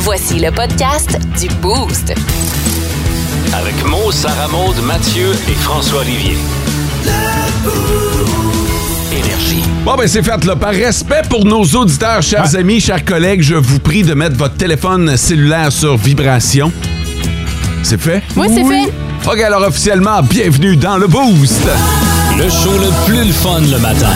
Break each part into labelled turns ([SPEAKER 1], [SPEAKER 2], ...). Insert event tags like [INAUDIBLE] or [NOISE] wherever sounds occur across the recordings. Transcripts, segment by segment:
[SPEAKER 1] Voici le podcast du Boost.
[SPEAKER 2] Avec Mo, Sarah Maud, Mathieu et François Olivier. Énergie.
[SPEAKER 3] Bon, ben c'est fait, là. Par respect pour nos auditeurs, chers amis, chers collègues, je vous prie de mettre votre téléphone cellulaire sur vibration. C'est fait?
[SPEAKER 4] Oui, c'est fait.
[SPEAKER 3] OK, alors officiellement, bienvenue dans le Boost!
[SPEAKER 2] Le show le plus le fun le matin.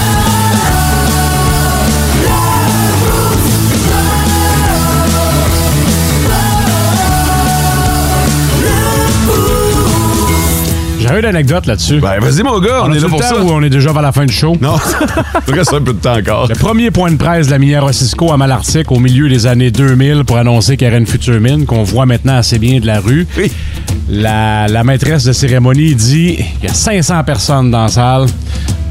[SPEAKER 5] J'avais une anecdote là-dessus.
[SPEAKER 3] Ben, vas-y, mon gars, on,
[SPEAKER 5] On
[SPEAKER 3] est
[SPEAKER 5] a-tu
[SPEAKER 3] là
[SPEAKER 5] le
[SPEAKER 3] pour
[SPEAKER 5] temps
[SPEAKER 3] ça.
[SPEAKER 5] ou on est déjà vers la fin du show?
[SPEAKER 3] Non, [LAUGHS] il reste un peu de temps encore.
[SPEAKER 5] Le premier point de presse de la minière Rossisco à Malartic au milieu des années 2000 pour annoncer qu'il y aurait une future mine qu'on voit maintenant assez bien de la rue.
[SPEAKER 3] Oui.
[SPEAKER 5] La, la maîtresse de cérémonie dit il y a 500 personnes dans la salle.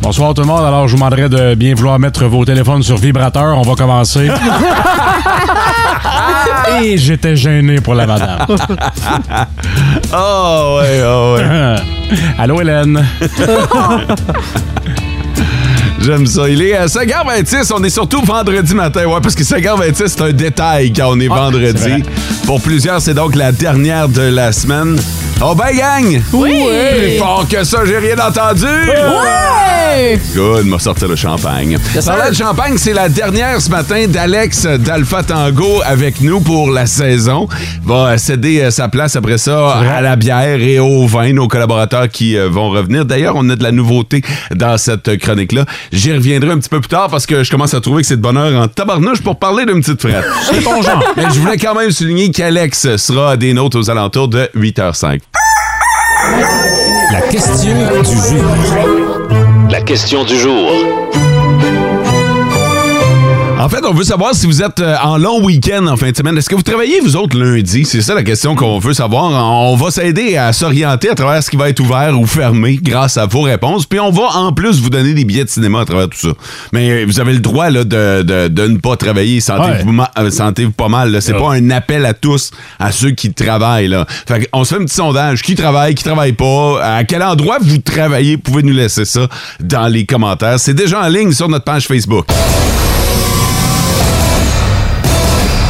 [SPEAKER 5] Bonsoir tout le monde. Alors, je vous demanderai de bien vouloir mettre vos téléphones sur vibrateur. On
[SPEAKER 3] [LAUGHS]
[SPEAKER 5] va commencer. Et j'étais gêné pour la
[SPEAKER 3] [LAUGHS]
[SPEAKER 5] madame.
[SPEAKER 3] Oh, ouais, oh, ouais.
[SPEAKER 5] Allô, Hélène.
[SPEAKER 3] J'aime ça. Il est à 5h26. On est surtout vendredi matin. Ouais, parce que 5h26, c'est un détail quand on est
[SPEAKER 5] c'est
[SPEAKER 3] vendredi.
[SPEAKER 5] vrai.
[SPEAKER 3] Pour plusieurs, c'est donc la dernière de la semaine. Oh, ben, gang! Oui! Plus fort que ça, j'ai rien entendu! Good, m'a sorti le champagne. Parlant de champagne, c'est la dernière ce matin d'Alex d'Alpha Tango avec nous pour la saison. Va céder euh, sa place après ça à la bière et au vin, nos collaborateurs qui euh, vont revenir. D'ailleurs, on a de la nouveauté dans cette chronique-là. J'y reviendrai un petit peu plus tard parce que je commence à trouver que c'est de bonheur en tabarnouche pour parler d'une petite frette.
[SPEAKER 5] C'est ton genre.
[SPEAKER 3] [LAUGHS] Mais je voulais quand même souligner qu'Alex sera des nôtres aux alentours de 8h05.
[SPEAKER 6] La question du jour.
[SPEAKER 2] La question du jour.
[SPEAKER 3] En fait, on veut savoir si vous êtes euh, en long week-end en fin de semaine. Est-ce que vous travaillez, vous autres, lundi? C'est ça la question qu'on veut savoir. On va s'aider à s'orienter à travers ce qui va être ouvert ou fermé grâce à vos réponses. Puis on va en plus vous donner des billets de cinéma à travers tout ça. Mais euh, vous avez le droit là, de, de- de ne pas travailler. Sentez-vous
[SPEAKER 5] Ouais.
[SPEAKER 3] ma- euh, sentez-vous pas mal. là. C'est pas un appel à tous, à ceux qui travaillent. Là. Fait on se fait un petit sondage. Qui travaille, qui travaille pas? À quel endroit vous travaillez? Vous pouvez nous laisser ça dans les commentaires. C'est déjà en ligne sur notre page Facebook.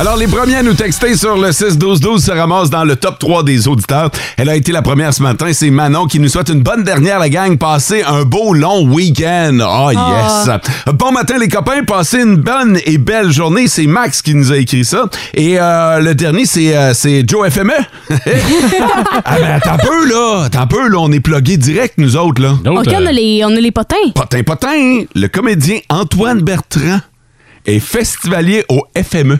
[SPEAKER 3] Alors, les premiers à nous texter sur le 6-12-12 se ramassent dans le top 3 des auditeurs. Elle a été la première ce matin. C'est Manon qui nous souhaite une bonne dernière, la gang. Passez un beau long week-end. Oh, yes. Bon matin, les copains. Passez une bonne et belle journée. C'est Max qui nous a écrit ça. Et euh, le dernier, c'est euh, c'est Joe FME. [LAUGHS] ah, ben, attends un peu, là. Attends un peu, là. On est plugués direct, nous autres, là.
[SPEAKER 5] D'autres,
[SPEAKER 4] OK, on a,
[SPEAKER 5] euh,
[SPEAKER 4] les, on a les potins.
[SPEAKER 3] Potin, potin. Le comédien Antoine Bertrand est festivalier au E. FME.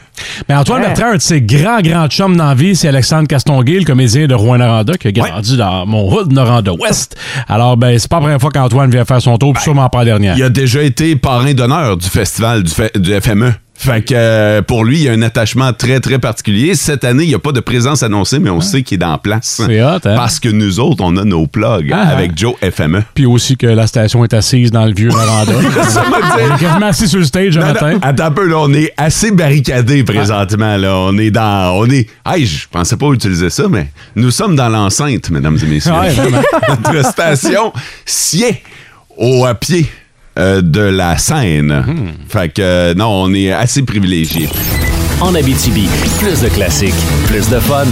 [SPEAKER 5] Mais Antoine Bertrand, un de ses grands, grands chums dans la vie, c'est Alexandre Castonguay, le comédien de Rouen-Noranda, qui a grandi dans mon hood Noranda-Ouest. Alors, ben, c'est pas la première fois qu'Antoine vient faire son tour, puis sûrement pas la dernière.
[SPEAKER 3] Il a déjà été parrain d'honneur du festival du, fe- du FME. Fait que euh, pour lui, il y a un attachement très, très particulier. Cette année, il n'y a pas de présence annoncée, mais on sait qu'il est en place.
[SPEAKER 5] Ah. C'est hot, hein?
[SPEAKER 3] Parce que nous autres, on a nos plugs
[SPEAKER 5] Ah,
[SPEAKER 3] avec Joe E. FME.
[SPEAKER 5] Puis aussi que la station est assise dans le vieux [LAUGHS] Noranda.
[SPEAKER 3] Ça veut dire-
[SPEAKER 5] Il est quasiment assis sur le stage un
[SPEAKER 3] Non,
[SPEAKER 5] matin.
[SPEAKER 3] non, attends un peu, là, on est assez barricadé présentement. Là. On est dans. On est. Hey, je pensais pas utiliser ça, mais nous sommes dans l'enceinte, mesdames et messieurs.
[SPEAKER 5] Ouais, vraiment.
[SPEAKER 3] [LAUGHS] Notre station sied au à pied euh, de la Seine.
[SPEAKER 5] Hmm.
[SPEAKER 3] Fait que euh, non, on est assez privilégié.
[SPEAKER 2] En Abitibi, plus de classiques, plus de fun.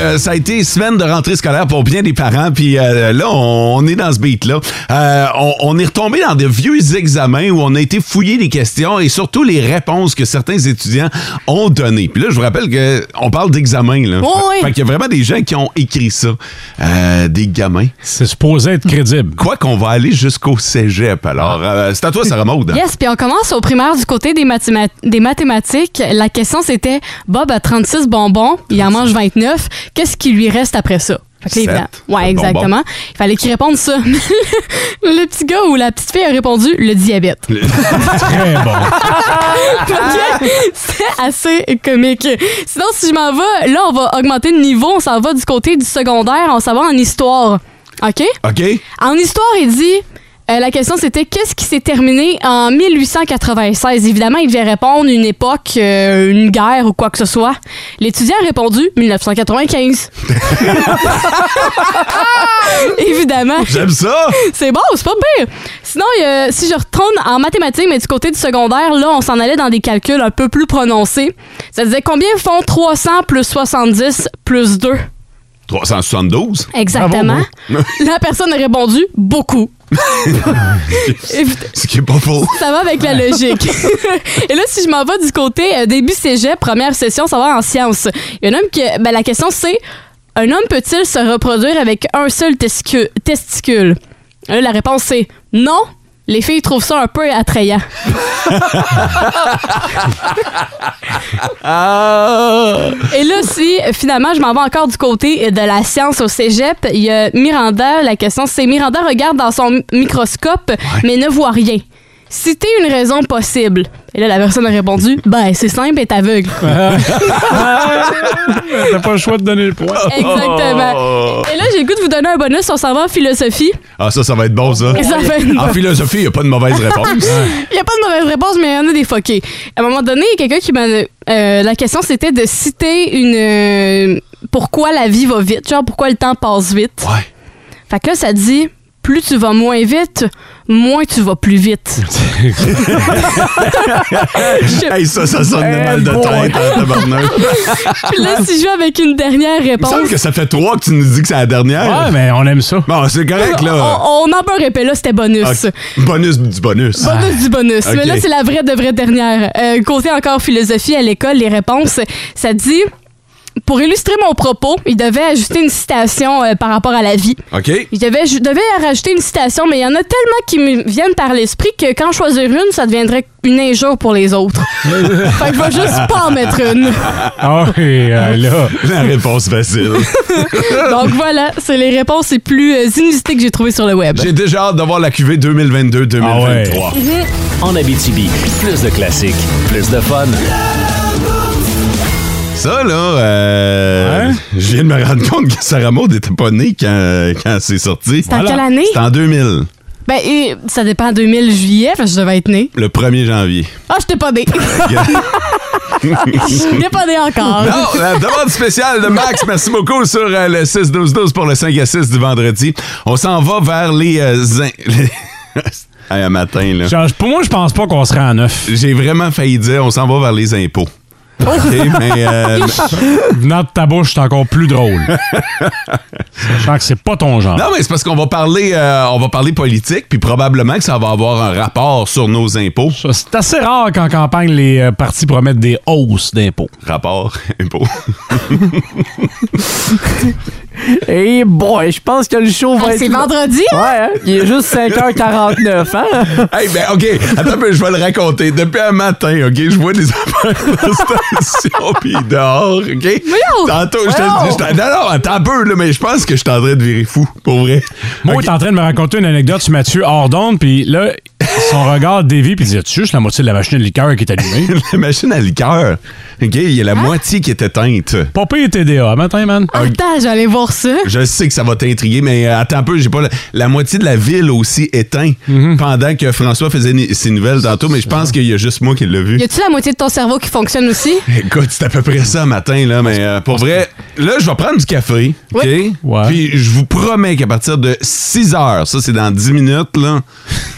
[SPEAKER 3] Euh, ça a été semaine de rentrée scolaire pour bien des parents, puis euh, là, on, on est dans ce beat-là. Euh, on, on est retombé dans de vieux examens où on a été fouillé les questions et surtout les réponses que certains étudiants ont données. Puis là, je vous rappelle que on parle d'examens, là.
[SPEAKER 4] Ouais, ouais.
[SPEAKER 3] Fait qu'il y a vraiment des gens qui ont écrit ça. Euh, des gamins.
[SPEAKER 5] C'est supposé être crédible.
[SPEAKER 3] Quoi qu'on va aller jusqu'au cégep, alors. euh, c'est à toi, Sarah Maud.
[SPEAKER 4] Yes, puis on commence au primaire du côté des, mathéma- des mathématiques. La question, c'était Bob a 36 bonbons, il en mange 29. Qu'est-ce qui lui reste après ça? Fait que là,
[SPEAKER 3] Sept.
[SPEAKER 4] évidemment- Ouais,
[SPEAKER 3] Sept bonbons.
[SPEAKER 4] exactement. Il fallait qu'il réponde ça. [LAUGHS] le petit gars ou la petite fille a répondu le diabète.
[SPEAKER 5] Très bon.
[SPEAKER 3] Ah!
[SPEAKER 4] Ok? [LAUGHS] C'est assez comique. Sinon, si je m'en vais, là, on va augmenter de niveau. On s'en va du côté du secondaire. On s'en va en histoire. OK?
[SPEAKER 3] [LAUGHS] OK?
[SPEAKER 4] En histoire, il dit Euh, la question, c'était qu'est-ce qui s'est terminé en 1896? Évidemment, il devait répondre une époque, euh, une guerre ou quoi que ce soit. L'étudiant a répondu 1995. [LAUGHS] Évidemment.
[SPEAKER 3] J'aime ça!
[SPEAKER 4] C'est bon, c'est pas pire. Sinon, il y a- si je retourne en mathématiques, mais du côté du secondaire, là, on s'en allait dans des calculs un peu plus prononcés. Ça disait combien font 300 plus 70 plus 2?
[SPEAKER 3] 372?
[SPEAKER 4] Exactement. La personne a répondu beaucoup. Évi-
[SPEAKER 3] Ce qui est pas faux.
[SPEAKER 4] ça va avec la logique. Et là, si je m'en vais du côté euh, début cégep, première session, ça va en sciences. Il y a un homme qui. Ben, la question, c'est un homme peut-il se reproduire avec un seul tescu- testicule Là, la réponse, c'est non. Les filles trouvent ça un peu attrayant. Et là, si finalement, je m'en vais encore du côté de la science au cégep, il y a Miranda. La question, c'est Miranda regarde dans son mi- microscope, mais ne voit rien. Citez une raison possible. Et là, la personne a répondu Ben, c'est simple, elle est aveugle.
[SPEAKER 5] [LAUGHS] T'as pas le choix de donner le point.
[SPEAKER 4] Exactement. Et là, j'ai le goût de vous donner un bonus. On s'en va en philosophie.
[SPEAKER 3] Ah, ça, ça va être bon, ça.
[SPEAKER 4] Et ça fait une
[SPEAKER 3] En philosophie, il n'y a pas de mauvaise réponse.
[SPEAKER 4] Il n'y a pas de mauvaise réponse, mais il y en a des foqués. À un moment donné, il y a quelqu'un qui m'a. euh, la question, c'était de citer une. euh, pourquoi la vie va vite, genre pourquoi le temps passe vite.
[SPEAKER 3] Ouais.
[SPEAKER 4] Fait que là, ça dit plus tu vas moins vite, moins tu vas
[SPEAKER 3] [LAUGHS]
[SPEAKER 4] plus vite.
[SPEAKER 3] Hey, ça, ça sonne de mal de tête, hein,
[SPEAKER 5] [LAUGHS]
[SPEAKER 3] tabarnak.
[SPEAKER 4] Puis là, si je vais avec une dernière
[SPEAKER 3] Il me semble
[SPEAKER 4] réponse.
[SPEAKER 3] que ça fait trois que tu nous dis que c'est la dernière.
[SPEAKER 5] Ouais, mais on aime ça.
[SPEAKER 3] Bon, c'est correct, là.
[SPEAKER 4] On, on en peut répéter, là, c'était bonus.
[SPEAKER 3] Ok. Bonus du bonus.
[SPEAKER 4] Bonus du bonus.
[SPEAKER 3] Ok.
[SPEAKER 4] Mais là, c'est la vraie de vraie dernière. Euh, côté encore philosophie à l'école, les réponses, ça dit. Pour illustrer mon propos, il devait ajouter une citation euh, par rapport à la vie.
[SPEAKER 3] OK.
[SPEAKER 4] Je devais, je devais rajouter une citation, mais il y en a tellement qui me viennent par l'esprit que quand choisir une, ça deviendrait une injure pour les autres.
[SPEAKER 3] [LAUGHS]
[SPEAKER 4] fait que je vais juste pas en mettre une.
[SPEAKER 5] Ah oui, euh, là.
[SPEAKER 3] La réponse facile.
[SPEAKER 4] Donc voilà, c'est les réponses les plus euh, inusitées que j'ai trouvées sur le web.
[SPEAKER 3] J'ai déjà hâte d'avoir la QV 2022-2023.
[SPEAKER 5] Ah ouais.
[SPEAKER 6] En Abitibi, plus de classiques, plus de fun.
[SPEAKER 3] Ça, là, euh,
[SPEAKER 5] Hein?
[SPEAKER 3] je viens de me rendre compte que Sarah Maud n'était pas née quand, quand c'est sorti.
[SPEAKER 4] C'était en quelle année?
[SPEAKER 3] C'était en 2000,
[SPEAKER 4] Ben, et ça dépend 2000 juillet, fait que je devais être née.
[SPEAKER 3] le 1er janvier.
[SPEAKER 4] Ah, je t'ai pas
[SPEAKER 3] [LAUGHS]
[SPEAKER 4] née. Je t'ai pas née encore.
[SPEAKER 3] Non, la euh, demande spéciale de Max, merci beaucoup sur euh, le 6-12-12 pour le 5 à 6 du vendredi. On s'en va vers les... euh, zin- les- [LAUGHS] Hey, un matin, là.
[SPEAKER 5] Genre, Pour moi, je pense pas qu'on sera à neuf.
[SPEAKER 3] J'ai vraiment failli dire, on s'en va vers les impôts.
[SPEAKER 5] [LAUGHS]
[SPEAKER 3] OK, mais... euh,
[SPEAKER 5] Venant de ta bouche, c'est encore plus [LAUGHS] drôle. Sachant que c'est pas ton genre.
[SPEAKER 3] Non, mais c'est parce qu'on va parler euh, on va parler politique, puis probablement que ça va avoir un rapport sur nos impôts.
[SPEAKER 5] Ça, C'est assez rare qu'en campagne, les euh, partis promettent des hausses d'impôts.
[SPEAKER 3] Rapport, [LAUGHS] impôts.
[SPEAKER 7] Eh boy, je pense que le show va
[SPEAKER 4] Ah,
[SPEAKER 7] être.
[SPEAKER 4] c'est
[SPEAKER 7] là.
[SPEAKER 4] vendredi,
[SPEAKER 7] Ouais,
[SPEAKER 4] hein?
[SPEAKER 7] hein? il est juste 5h49, hein?
[SPEAKER 3] hey, ben OK, attends un peu, je vais le raconter. Depuis un matin, OK, je vois des [LAUGHS] affaires de la station, puis dehors, OK?
[SPEAKER 4] Voyons!
[SPEAKER 3] Tantôt, je te
[SPEAKER 7] Voyons!
[SPEAKER 3] je te- Non, non, attends un peu, là, mais je pense que je suis en train de virer fou, pour vrai.
[SPEAKER 5] Moi,
[SPEAKER 3] OK.
[SPEAKER 5] t'es en train de me raconter une anecdote sur Mathieu Hordon, puis là, son regard dévie, puis il dit Tu juste la moitié de la machine à liqueur qui est allumée
[SPEAKER 3] [LAUGHS] La machine à liqueur, OK, il y a la moitié qui est éteinte.
[SPEAKER 5] Papa est TDA. hein, Matin, man.
[SPEAKER 4] Attends, Ah, j'allais voir ça.
[SPEAKER 3] Je sais que ça va t'intriguer, mais euh, attends un peu, j'ai pas la, la moitié de la ville aussi éteint pendant que François faisait ni- ses nouvelles tantôt, mais je pense qu'il y a juste moi qui l'ai vu.
[SPEAKER 4] Y a-tu la moitié de ton cerveau qui fonctionne aussi?
[SPEAKER 3] Écoute, c'est à peu près ça matin, là, mais euh, pour vrai, là, je vais prendre du café, OK?
[SPEAKER 4] Oui.
[SPEAKER 5] Ouais.
[SPEAKER 3] Puis je vous promets qu'à partir de 6 heures, ça c'est dans 10 minutes, là,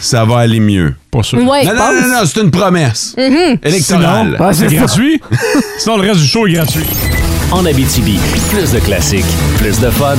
[SPEAKER 3] ça va aller mieux.
[SPEAKER 5] Pas sûr.
[SPEAKER 4] Ouais,
[SPEAKER 3] non, non,
[SPEAKER 4] je pense.
[SPEAKER 3] non, non, c'est une promesse
[SPEAKER 4] Mm-hmm.
[SPEAKER 3] électorale.
[SPEAKER 5] Sinon,
[SPEAKER 7] Ouais,
[SPEAKER 5] c'est
[SPEAKER 7] c'est ça.
[SPEAKER 5] gratuit. Sinon, le reste du show est gratuit.
[SPEAKER 6] En Abitibi, plus de classiques, plus de fun.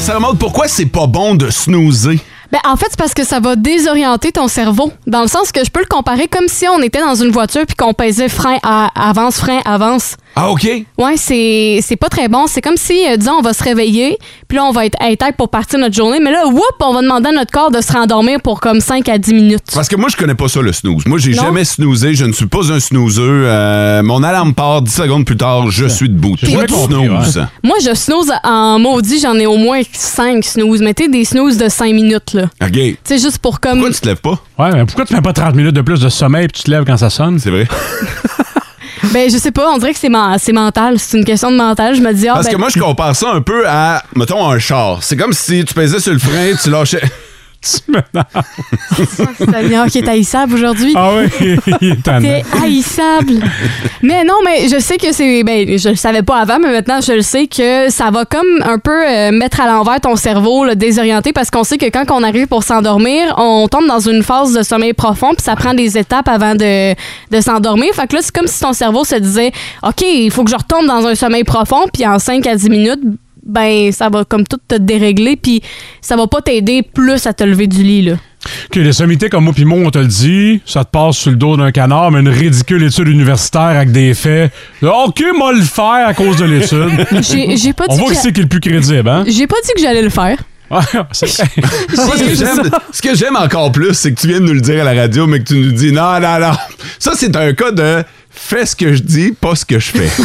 [SPEAKER 3] Ça remonte pourquoi c'est pas bon de snoozer.
[SPEAKER 4] Ben, en fait, c'est parce que ça va désorienter ton cerveau. Dans le sens que je peux le comparer comme si on était dans une voiture puis qu'on pesait frein, à, avance, frein, avance.
[SPEAKER 3] Ah, OK?
[SPEAKER 4] Ouais, c'est c'est pas très bon. C'est comme si, euh, disons, on va se réveiller, puis là, on va être intact pour partir notre journée, mais là, whoop, on va demander à notre corps de se rendormir pour comme 5 à 10 minutes.
[SPEAKER 3] Parce que moi, je connais pas ça, le snooze. Moi, j'ai
[SPEAKER 4] Non?
[SPEAKER 3] jamais snoozé. Je ne suis pas un snoozeux. Euh, mon alarme part 10 secondes plus tard. Je suis debout. Toi,
[SPEAKER 5] jamais
[SPEAKER 3] tu
[SPEAKER 5] compris,
[SPEAKER 3] snoozes.
[SPEAKER 4] Moi, je snooze en maudit, j'en ai au moins 5 snooze. Mettez des snooze de 5 minutes, là.
[SPEAKER 3] OK.
[SPEAKER 4] Tu sais, juste pour comme.
[SPEAKER 3] Pourquoi tu te lèves pas?
[SPEAKER 5] Ouais, mais pourquoi tu fais pas 30 minutes de plus de sommeil puis tu te lèves quand ça sonne?
[SPEAKER 3] C'est vrai.
[SPEAKER 4] Ben, je sais pas, on dirait que c'est men- c'est mental. C'est une question de mental. Je me dis, ah,
[SPEAKER 3] Parce
[SPEAKER 4] ben, [LAUGHS]
[SPEAKER 3] que moi, je compare ça un peu à, mettons, un char. C'est comme si tu pesais sur le frein, tu lâchais.
[SPEAKER 5] tu m'énerves.
[SPEAKER 4] [LAUGHS] Seigneur qui est haïssable aujourd'hui.
[SPEAKER 5] [LAUGHS] Ah oui, il est tannant.
[SPEAKER 4] T'es [LAUGHS] haïssable. mais non, mais je sais que c'est. Ben, je le savais pas avant, mais maintenant je le sais que ça va comme un peu euh, mettre à l'envers ton cerveau, le désorienter, parce qu'on sait que quand on arrive pour s'endormir, on tombe dans une phase de sommeil profond, puis ça prend des étapes avant de, de s'endormir. Fait que là, c'est comme si ton cerveau se disait OK, il faut que je retombe dans un sommeil profond, puis en 5 à 10 minutes, ben, ça va comme tout te dérégler, puis ça va pas t'aider plus à te lever du lit, là.
[SPEAKER 5] OK, les sommités comme moi pis moi, on te le dit, ça te passe sur le dos d'un canard, mais une ridicule étude universitaire avec des faits. OK, moi le faire à cause de l'étude.
[SPEAKER 7] [LAUGHS]
[SPEAKER 4] J'ai j'ai pas
[SPEAKER 5] On
[SPEAKER 4] dit
[SPEAKER 5] voit
[SPEAKER 4] que
[SPEAKER 5] qui c'est qui est le plus crédible, hein?
[SPEAKER 4] J'ai pas dit que j'allais le faire.
[SPEAKER 5] Ah, c'est- [LAUGHS]
[SPEAKER 3] Moi, ce que j'aime- ce que j'aime encore plus, c'est que tu viens de nous le dire à la radio, mais que tu nous dis non, non, non. Ça, c'est un cas de fais ce que je dis, pas ce que je
[SPEAKER 4] [LAUGHS]
[SPEAKER 3] fais.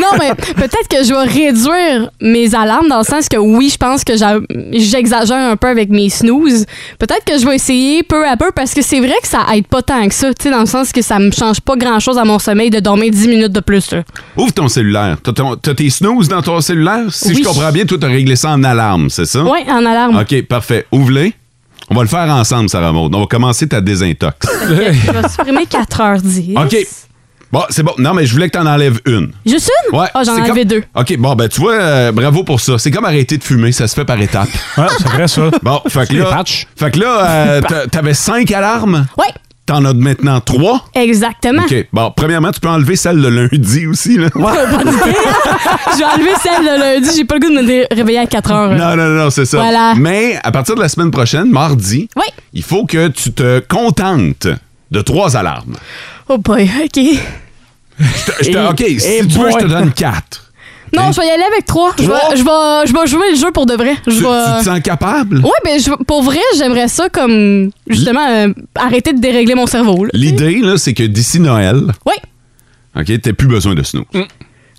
[SPEAKER 4] Non, mais peut-être que je vais réduire mes alarmes dans le sens que oui, je pense que j'a- j'exagère un peu avec mes snooze. Peut-être que je vais essayer peu à peu parce que c'est vrai que ça aide pas tant que ça, tu sais, dans le sens que ça me change pas grand-chose à mon sommeil de dormir 10 minutes de plus. là.
[SPEAKER 3] Ouvre ton cellulaire. T'as ton- t'as tes snooze dans ton cellulaire? Si
[SPEAKER 4] Oui.
[SPEAKER 3] je comprends bien, toi, t'as réglé ça en alarme, c'est ça?
[SPEAKER 4] Ouais, en alarme.
[SPEAKER 3] OK, parfait. Ouvre-les. On va le faire ensemble, Sarah Maud. On va commencer ta désintox.
[SPEAKER 4] Je vais supprimer 4h10.
[SPEAKER 3] OK. Bon, c'est bon. Non, mais je voulais que t'en enlèves une.
[SPEAKER 4] Juste une?
[SPEAKER 3] Ouais.
[SPEAKER 4] Ah, j'en ai
[SPEAKER 3] c'est comme-
[SPEAKER 4] enlevé deux.
[SPEAKER 3] OK, bon, ben tu vois, euh, bravo pour ça. C'est comme arrêter de fumer, ça se fait par étapes.
[SPEAKER 5] Ouais, c'est vrai, ça.
[SPEAKER 3] Bon,
[SPEAKER 5] [LAUGHS]
[SPEAKER 3] fait que
[SPEAKER 5] Les
[SPEAKER 3] là,
[SPEAKER 5] patchs.
[SPEAKER 3] fait que là euh, t'a- t'avais cinq alarmes.
[SPEAKER 4] Ouais,
[SPEAKER 3] T'en as maintenant trois.
[SPEAKER 4] exactement.
[SPEAKER 3] OK. Bon, premièrement, tu peux enlever celle de lundi aussi. Là.
[SPEAKER 4] J'ai enlevé celle de lundi, j'ai pas le goût de me dé- réveiller à 4h.
[SPEAKER 3] Non, non, non, c'est ça.
[SPEAKER 4] Voilà.
[SPEAKER 3] Mais à partir de la semaine prochaine, mardi,
[SPEAKER 4] Oui.
[SPEAKER 3] il faut que tu te contentes de trois alarmes.
[SPEAKER 4] Oh boy, OK.
[SPEAKER 3] Je te-
[SPEAKER 7] Et-
[SPEAKER 3] OK, si
[SPEAKER 7] et
[SPEAKER 3] tu veux, je te
[SPEAKER 7] boy.
[SPEAKER 3] donne quatre.
[SPEAKER 4] Non, je vais y aller avec trois. Je vais,
[SPEAKER 3] Trois?
[SPEAKER 4] je vais, je vais jouer le jeu pour de vrai. Je
[SPEAKER 3] Tu, tu te
[SPEAKER 4] vais...
[SPEAKER 3] sens capable?
[SPEAKER 4] Ouais, ben je- pour vrai, j'aimerais ça comme justement euh, arrêter de dérégler mon cerveau. là.
[SPEAKER 3] L'idée, là, c'est que d'ici Noël,
[SPEAKER 4] Ouais.
[SPEAKER 3] OK, t'as plus besoin de snooze.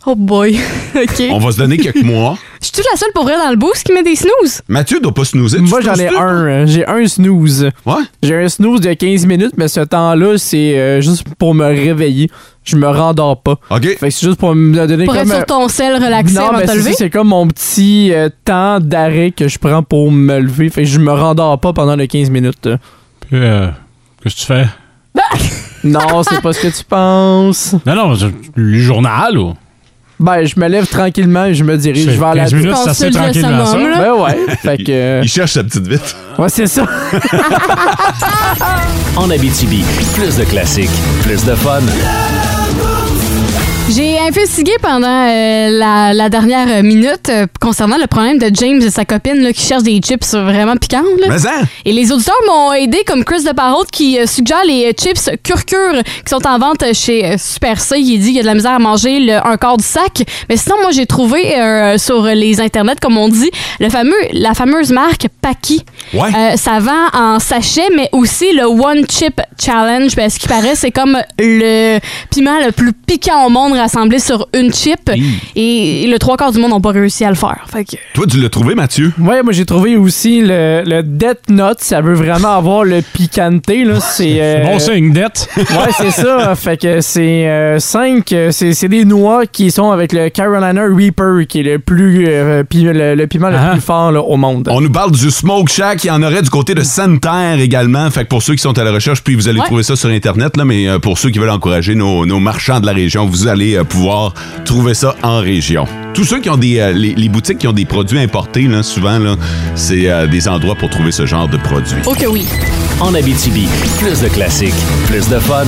[SPEAKER 4] Oh boy. [LAUGHS] ok.
[SPEAKER 3] On va se donner quelques mois.
[SPEAKER 4] Je suis la seule pour vrai dans le boost qui met des snooze.
[SPEAKER 3] Mathieu doit pas snoozer. tu
[SPEAKER 7] Moi, j'en ai
[SPEAKER 3] snoozes-tu?
[SPEAKER 7] un. euh, J'ai un snooze.
[SPEAKER 3] Ouais?
[SPEAKER 7] J'ai un snooze de 15 minutes, mais ce temps-là, c'est euh, juste pour me réveiller. Je me rendors pas.
[SPEAKER 3] OK.
[SPEAKER 7] Fait que c'est juste pour me donner
[SPEAKER 4] Pour
[SPEAKER 7] comme
[SPEAKER 4] être
[SPEAKER 7] un-
[SPEAKER 4] sur ton sel relaxé
[SPEAKER 7] non,
[SPEAKER 4] avant de
[SPEAKER 7] mais
[SPEAKER 4] te
[SPEAKER 7] c'est
[SPEAKER 4] lever.
[SPEAKER 7] ça, c'est comme mon petit euh, temps d'arrêt que je prends pour me lever. Fait que je me rendors pas pendant les 15 minutes. euh.
[SPEAKER 5] Puis, euh, qu'est-ce que tu fais?
[SPEAKER 7] Non, c'est pas ce que tu penses.
[SPEAKER 5] Non, non, c'est le journal, ou?
[SPEAKER 7] Ben, je me lève tranquillement et je me dirige
[SPEAKER 5] C'est
[SPEAKER 7] vers la
[SPEAKER 5] 15 minutes, ça
[SPEAKER 4] Consulte
[SPEAKER 5] s'est
[SPEAKER 4] le
[SPEAKER 5] tranquillement, ça.
[SPEAKER 4] summum, là.
[SPEAKER 7] Ben ouais. fait que. euh,
[SPEAKER 3] Il cherche sa petite
[SPEAKER 7] [LAUGHS]
[SPEAKER 3] vite.
[SPEAKER 7] ouais, c'est ça.
[SPEAKER 6] En Abitibi, plus de classiques, plus de fun.
[SPEAKER 4] J'ai investigué pendant euh, la, la dernière minute euh, concernant le problème de James et sa copine là, qui cherche des chips vraiment piquants. là.
[SPEAKER 3] Mais hein?
[SPEAKER 4] Et les auditeurs m'ont aidé, comme Chris de Parrot qui euh, suggère les euh, chips curcure qui sont en vente chez euh, Super C. Il dit qu'il y a de la misère à manger le, un quart du sac. Mais sinon, moi, j'ai trouvé euh, sur les internets, comme on dit, le fameux, la fameuse marque Paki.
[SPEAKER 3] Ouais.
[SPEAKER 4] Euh, ça vend en sachet, mais aussi le One Chip Challenge. Ben, ce qui paraît, c'est comme le piment le plus piquant au monde rassemblé sur une chip. Et le trois quarts du monde n'ont pas réussi à le faire. Fait que...
[SPEAKER 3] Toi, tu l'as trouvé, Mathieu?
[SPEAKER 7] Ouais, moi j'ai trouvé aussi le, le Death Note, ça veut vraiment avoir le piquanté, là. C'est. euh,
[SPEAKER 5] Bon signe, dette.
[SPEAKER 7] [LAUGHS] Ouais,
[SPEAKER 3] [LAUGHS]
[SPEAKER 7] c'est ça. Fait que c'est 5. c'est c'est des noix qui sont avec le Carolina Reaper, qui est le plus euh, pi- le, le piment
[SPEAKER 5] Ah.
[SPEAKER 7] le plus fort là, au monde.
[SPEAKER 3] On nous parle du Smoke Shack. Il y en aurait du côté de Santerre également. Fait que pour ceux qui sont à la recherche, puis vous allez
[SPEAKER 4] Ouais.
[SPEAKER 3] trouver ça sur Internet. Là, mais euh, pour ceux qui veulent encourager nos, nos marchands de la région, vous allez euh, pouvoir trouver ça en région. Tous ceux qui ont des... euh, les, les boutiques qui ont des produits importés, là, souvent, là, c'est euh, des endroits pour trouver ce genre de produits.
[SPEAKER 4] Oh que oui.
[SPEAKER 6] En Abitibi, plus de classiques, plus de fun.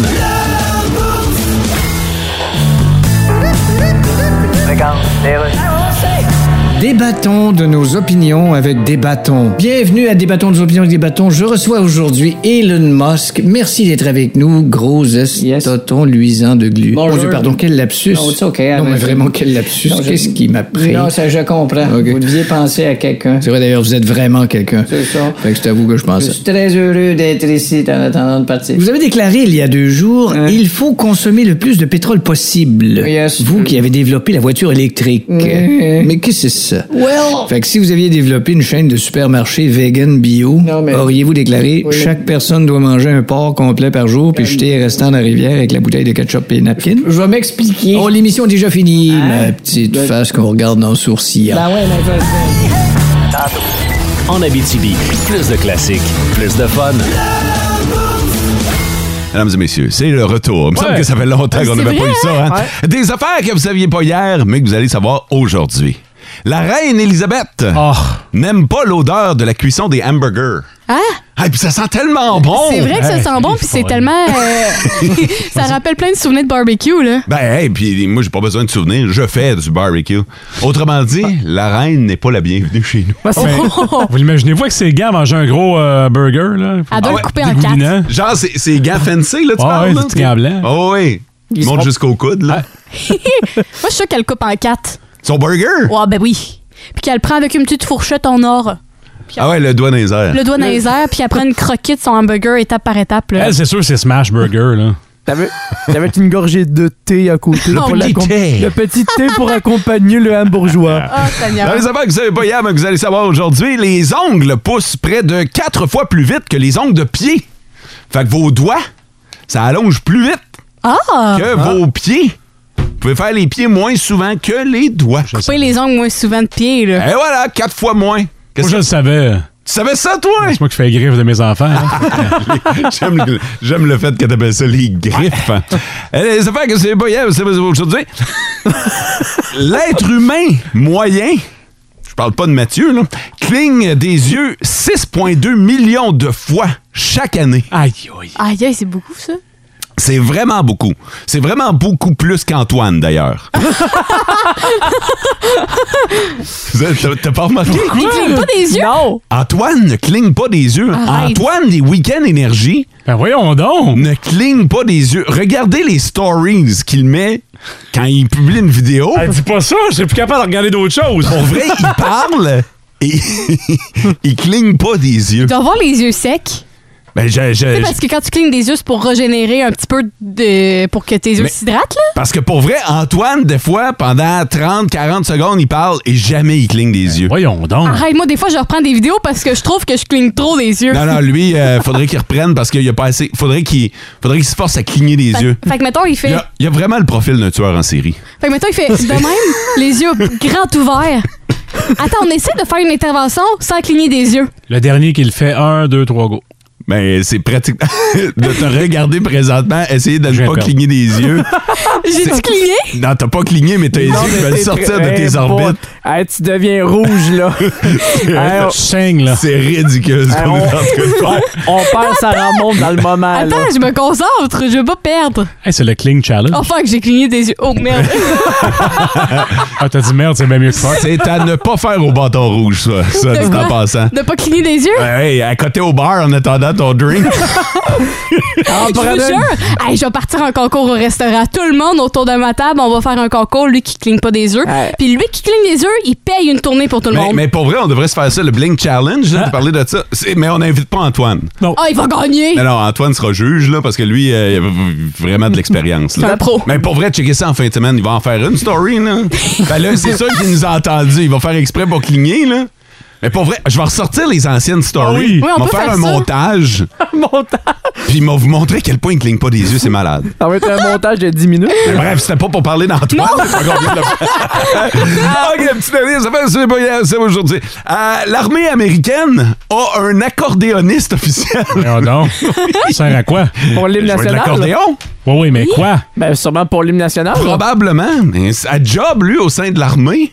[SPEAKER 8] Débattons de nos opinions avec des bâtons. Bienvenue à Débattons de nos opinions avec des bâtons. Je reçois aujourd'hui Elon Musk. Merci d'être avec nous, gros estoton luisant de glu.
[SPEAKER 9] Bonjour.
[SPEAKER 8] Mon Dieu, pardon, quel lapsus.
[SPEAKER 9] Non, it's okay,
[SPEAKER 8] Non,
[SPEAKER 9] Alain.
[SPEAKER 8] mais vraiment, quel lapsus.
[SPEAKER 9] Non, je-
[SPEAKER 8] Qu'est-ce qui m'a pris?
[SPEAKER 9] Non, ça, je comprends.
[SPEAKER 8] Ok.
[SPEAKER 9] Vous deviez penser à quelqu'un.
[SPEAKER 8] C'est vrai, d'ailleurs, vous êtes vraiment quelqu'un.
[SPEAKER 9] C'est ça.
[SPEAKER 8] Fait que c'est à vous que je pense.
[SPEAKER 9] Je suis très heureux d'être ici en attendant de partir.
[SPEAKER 8] Vous avez déclaré il y a deux jours,
[SPEAKER 9] Hein?
[SPEAKER 8] il faut consommer le plus de pétrole possible.
[SPEAKER 9] Yes.
[SPEAKER 8] Vous qui avez développé la voiture électrique. Mais qu'est-ce que c'est ça?
[SPEAKER 9] Well-
[SPEAKER 8] Fait que si vous aviez développé une chaîne de supermarchés vegan bio,
[SPEAKER 9] Non, mais-
[SPEAKER 8] auriez-vous déclaré
[SPEAKER 9] Oui.
[SPEAKER 8] chaque personne doit manger un porc complet par jour puis jeter les restants dans la rivière avec la bouteille de ketchup et napkin?
[SPEAKER 9] Je vais m'expliquer.
[SPEAKER 8] Oh, l'émission est déjà finie, ma petite
[SPEAKER 9] Ben-
[SPEAKER 8] face qu'on regarde dans le sourcil.
[SPEAKER 9] Ben ouais, mais je-
[SPEAKER 2] en Abitibi. Plus de classiques, plus de fun.
[SPEAKER 3] Mesdames et messieurs, c'est le retour. Il me semble que ça fait longtemps
[SPEAKER 4] Ouais, Ah,
[SPEAKER 3] qu'on
[SPEAKER 4] c'est
[SPEAKER 3] n'avait pas
[SPEAKER 4] vrai,
[SPEAKER 3] eu ça. hein? Des affaires que vous saviez pas hier, mais que vous allez savoir aujourd'hui. La reine Elisabeth
[SPEAKER 4] Ah.
[SPEAKER 5] Ah,
[SPEAKER 3] n'aime pas l'odeur de la cuisson des hamburgers.
[SPEAKER 4] Hein?
[SPEAKER 3] Ah, puis ça sent tellement bon!
[SPEAKER 4] C'est vrai que ça
[SPEAKER 3] Oh, Hey,
[SPEAKER 4] sent bon, puis c'est tellement. euh, [LAUGHS] ça rappelle plein de souvenirs de barbecue, là.
[SPEAKER 3] Ben, hey, puis moi, j'ai pas besoin de souvenirs. Je fais du barbecue. Autrement dit,
[SPEAKER 4] Ah.
[SPEAKER 3] la reine n'est pas la bienvenue chez nous.
[SPEAKER 7] Oh.
[SPEAKER 5] Vous l'imaginez-vous que ces gars mangent un gros euh, burger? Là?
[SPEAKER 4] Elle
[SPEAKER 7] ben-
[SPEAKER 4] doit
[SPEAKER 3] Ah
[SPEAKER 4] le
[SPEAKER 3] ouais,
[SPEAKER 4] couper en quatre.
[SPEAKER 5] dégoulinant.
[SPEAKER 3] Genre, c'est c'est gants fencés, là, tu
[SPEAKER 5] Ah
[SPEAKER 3] parles?
[SPEAKER 5] ouais,
[SPEAKER 3] là?
[SPEAKER 5] des petits gants blancs.
[SPEAKER 3] Ah oui. Ils montent
[SPEAKER 7] seront-
[SPEAKER 3] jusqu'au coude, là.
[SPEAKER 4] Ah. Moi, je suis sûre qu'elle le coupe en quatre.
[SPEAKER 3] Son burger?
[SPEAKER 4] Ouais, ben oui. Puis qu'elle le prend avec une petite fourchette en or,
[SPEAKER 3] Ah ouais, le doigt dans les airs.
[SPEAKER 4] le doigt dans les airs, puis elle prend une croquette de son hamburger étape par étape, là.
[SPEAKER 5] Elle, c'est sûr, c'est Smash Burger. Là.
[SPEAKER 7] [LAUGHS] T'avais t'avais une gorgée de thé à côté.
[SPEAKER 3] Le
[SPEAKER 7] pour
[SPEAKER 3] petit
[SPEAKER 7] l'accom-
[SPEAKER 3] thé. Ah.
[SPEAKER 7] Le petit thé pour accompagner le hambourgeois.
[SPEAKER 4] Oh, Seigneur.
[SPEAKER 3] Dans les affaires que vous savez pas hier, mais que vous allez savoir aujourd'hui, les ongles poussent près de quatre fois plus vite que les ongles de pied. Fait que vos doigts, ça allonge plus vite
[SPEAKER 4] Ah!
[SPEAKER 3] que vos pieds. Vous pouvez faire les pieds moins souvent que les doigts.
[SPEAKER 4] Couper les ongles moins souvent de pied, là.
[SPEAKER 3] Et voilà, quatre fois moins. Qu'est-ce
[SPEAKER 5] Moi, je
[SPEAKER 3] que-
[SPEAKER 5] le savais.
[SPEAKER 3] Tu savais ça, toi?
[SPEAKER 5] C'est moi qui fais griffe de mes enfants. [LAUGHS] hein.
[SPEAKER 3] J'aime le, j'aime le fait que t'appelles ça les griffes. Euh, Les affaires que c'est pas hier, c'est pas aujourd'hui. L'être humain moyen, je parle pas de Mathieu, là, cligne des yeux 6,2 millions de fois chaque année.
[SPEAKER 5] Aïe, aïe.
[SPEAKER 4] Aïe, aïe, c'est beaucoup, ça.
[SPEAKER 3] C'est vraiment beaucoup. C'est vraiment beaucoup plus qu'Antoine, d'ailleurs. T'as t'as pas remarqué?
[SPEAKER 4] Il cligne pas des yeux? Non!
[SPEAKER 3] Antoine ne cligne pas des yeux.
[SPEAKER 4] Arrête.
[SPEAKER 3] Antoine des Week-ends Énergie
[SPEAKER 5] Ben voyons donc.
[SPEAKER 3] ne cligne pas des yeux. Regardez les stories qu'il met quand il publie une vidéo.
[SPEAKER 5] Elle dit pas ça, je suis plus capable de regarder d'autres choses.
[SPEAKER 3] Pour vrai, il parle et [LAUGHS] il cligne pas des yeux.
[SPEAKER 4] Tu dois avoir les yeux secs.
[SPEAKER 3] Ben, je- je-
[SPEAKER 4] Tu sais, parce que quand tu clignes des yeux, c'est pour régénérer un petit peu de. pour que tes yeux
[SPEAKER 3] Mais-
[SPEAKER 4] s'hydratent, là.
[SPEAKER 3] parce que pour vrai, Antoine, des fois, pendant 30, 40 secondes, il parle et jamais il cligne des yeux.
[SPEAKER 5] Voyons donc.
[SPEAKER 4] Arrête, moi, des fois, je reprends des vidéos parce que je trouve que je cligne trop des yeux.
[SPEAKER 3] Non, non, lui, euh, faudrait qu'il reprenne parce qu'il a pas assez. Faudrait qu'il faudrait qu'il se force à cligner des
[SPEAKER 4] Fait,
[SPEAKER 3] yeux.
[SPEAKER 4] fait que, mettons, il
[SPEAKER 3] Il
[SPEAKER 4] fait.
[SPEAKER 3] a, il a vraiment le profil d'un tueur en série.
[SPEAKER 4] Fait que, mettons, il fait
[SPEAKER 3] [LAUGHS]
[SPEAKER 4] de même, les yeux grands ouverts. Attends, on essaie de faire une intervention sans cligner des yeux.
[SPEAKER 5] Le dernier qui le fait, un, deux, trois, go.
[SPEAKER 3] Mais Ben, c'est pratique [LAUGHS] de te regarder présentement, essayer de
[SPEAKER 5] Je
[SPEAKER 3] ne
[SPEAKER 5] vais
[SPEAKER 3] pas
[SPEAKER 5] perdre.
[SPEAKER 3] cligner des yeux.
[SPEAKER 4] J'ai-tu cligné?
[SPEAKER 3] Non, t'as pas cligné, mais t'as les yeux qui veulent sortir de tes orbites.
[SPEAKER 7] Hey, tu deviens rouge, là.
[SPEAKER 3] [LAUGHS]
[SPEAKER 7] Hey,
[SPEAKER 5] Je saigne, là.
[SPEAKER 3] C'est ridicule ce
[SPEAKER 7] Ah,
[SPEAKER 3] qu'on est en
[SPEAKER 7] on-
[SPEAKER 3] train de faire.
[SPEAKER 7] on, on perd sa remonte dans le moment. là.
[SPEAKER 4] Attends, je me concentre, je veux pas perdre.
[SPEAKER 5] Hey, c'est le Cling Challenge.
[SPEAKER 4] Oh fuck, j'ai cligné des yeux. Oh merde.
[SPEAKER 5] Ah, t'as dit merde, c'est bien mieux que [LAUGHS] faire.
[SPEAKER 3] C'est à ne pas faire au bâton rouge, ça, ça
[SPEAKER 4] De
[SPEAKER 3] dit en
[SPEAKER 4] quoi?
[SPEAKER 3] passant.
[SPEAKER 4] De pas cligner des yeux?
[SPEAKER 3] Hey, à côté au bar en attendant ton [LAUGHS] drink.
[SPEAKER 7] Ah,
[SPEAKER 4] Je vous
[SPEAKER 7] Brandon,
[SPEAKER 4] jure, hey, je vais partir en concours au restaurant. Tout le monde autour de ma table, on va faire un concours. Lui qui cligne pas des yeux.
[SPEAKER 7] Ouais.
[SPEAKER 4] Puis lui qui cligne des yeux, il paye une tournée pour tout le
[SPEAKER 3] mais,
[SPEAKER 4] monde.
[SPEAKER 3] mais pour vrai, on devrait se faire ça, le Blink Challenge, là, de parler de ça. C'est- Mais on n'invite pas Antoine.
[SPEAKER 4] Ah, il va gagner!
[SPEAKER 3] Non, non, Antoine sera juge, là, parce que lui, euh, il a v- vraiment de l'expérience. là.
[SPEAKER 4] [LAUGHS] C'est un pro.
[SPEAKER 3] Mais pour vrai, checker ça en fin de semaine, il va en faire une story,
[SPEAKER 4] [LAUGHS]
[SPEAKER 3] là. ben là, c'est sûr qu'il nous a entendu. Il va faire exprès pour cligner, là. Mais pour vrai, je vais ressortir les anciennes stories.
[SPEAKER 5] oui.
[SPEAKER 4] Oui, on
[SPEAKER 3] va
[SPEAKER 4] peut
[SPEAKER 3] faire,
[SPEAKER 4] faire
[SPEAKER 3] un
[SPEAKER 4] ça.
[SPEAKER 3] montage,
[SPEAKER 7] [LAUGHS] montage.
[SPEAKER 3] puis il va vous montrer à quel point il cligne pas des yeux, c'est
[SPEAKER 4] [LAUGHS]
[SPEAKER 3] malade.
[SPEAKER 7] Ça va être un montage de 10 minutes.
[SPEAKER 3] Mais Bref, c'était pas pour parler d'Antoine. [LAUGHS] c'est pas qu'on vient de le
[SPEAKER 4] Ah,
[SPEAKER 3] faire. ok, petit dernier, ça fait c'est pas hier, c'est aujourd'hui. Euh, L'armée américaine a un accordéoniste officiel.
[SPEAKER 5] Voyons donc. Ça sert à quoi?
[SPEAKER 7] Pour l'hymne
[SPEAKER 3] Jouer de
[SPEAKER 7] national. là.
[SPEAKER 3] l'accordéon?
[SPEAKER 5] Oui, oui, mais quoi?
[SPEAKER 7] Ben, sûrement pour l'hymne national.
[SPEAKER 3] Oh.
[SPEAKER 7] là.
[SPEAKER 3] Probablement. Mais sa job, lui, au sein de l'armée,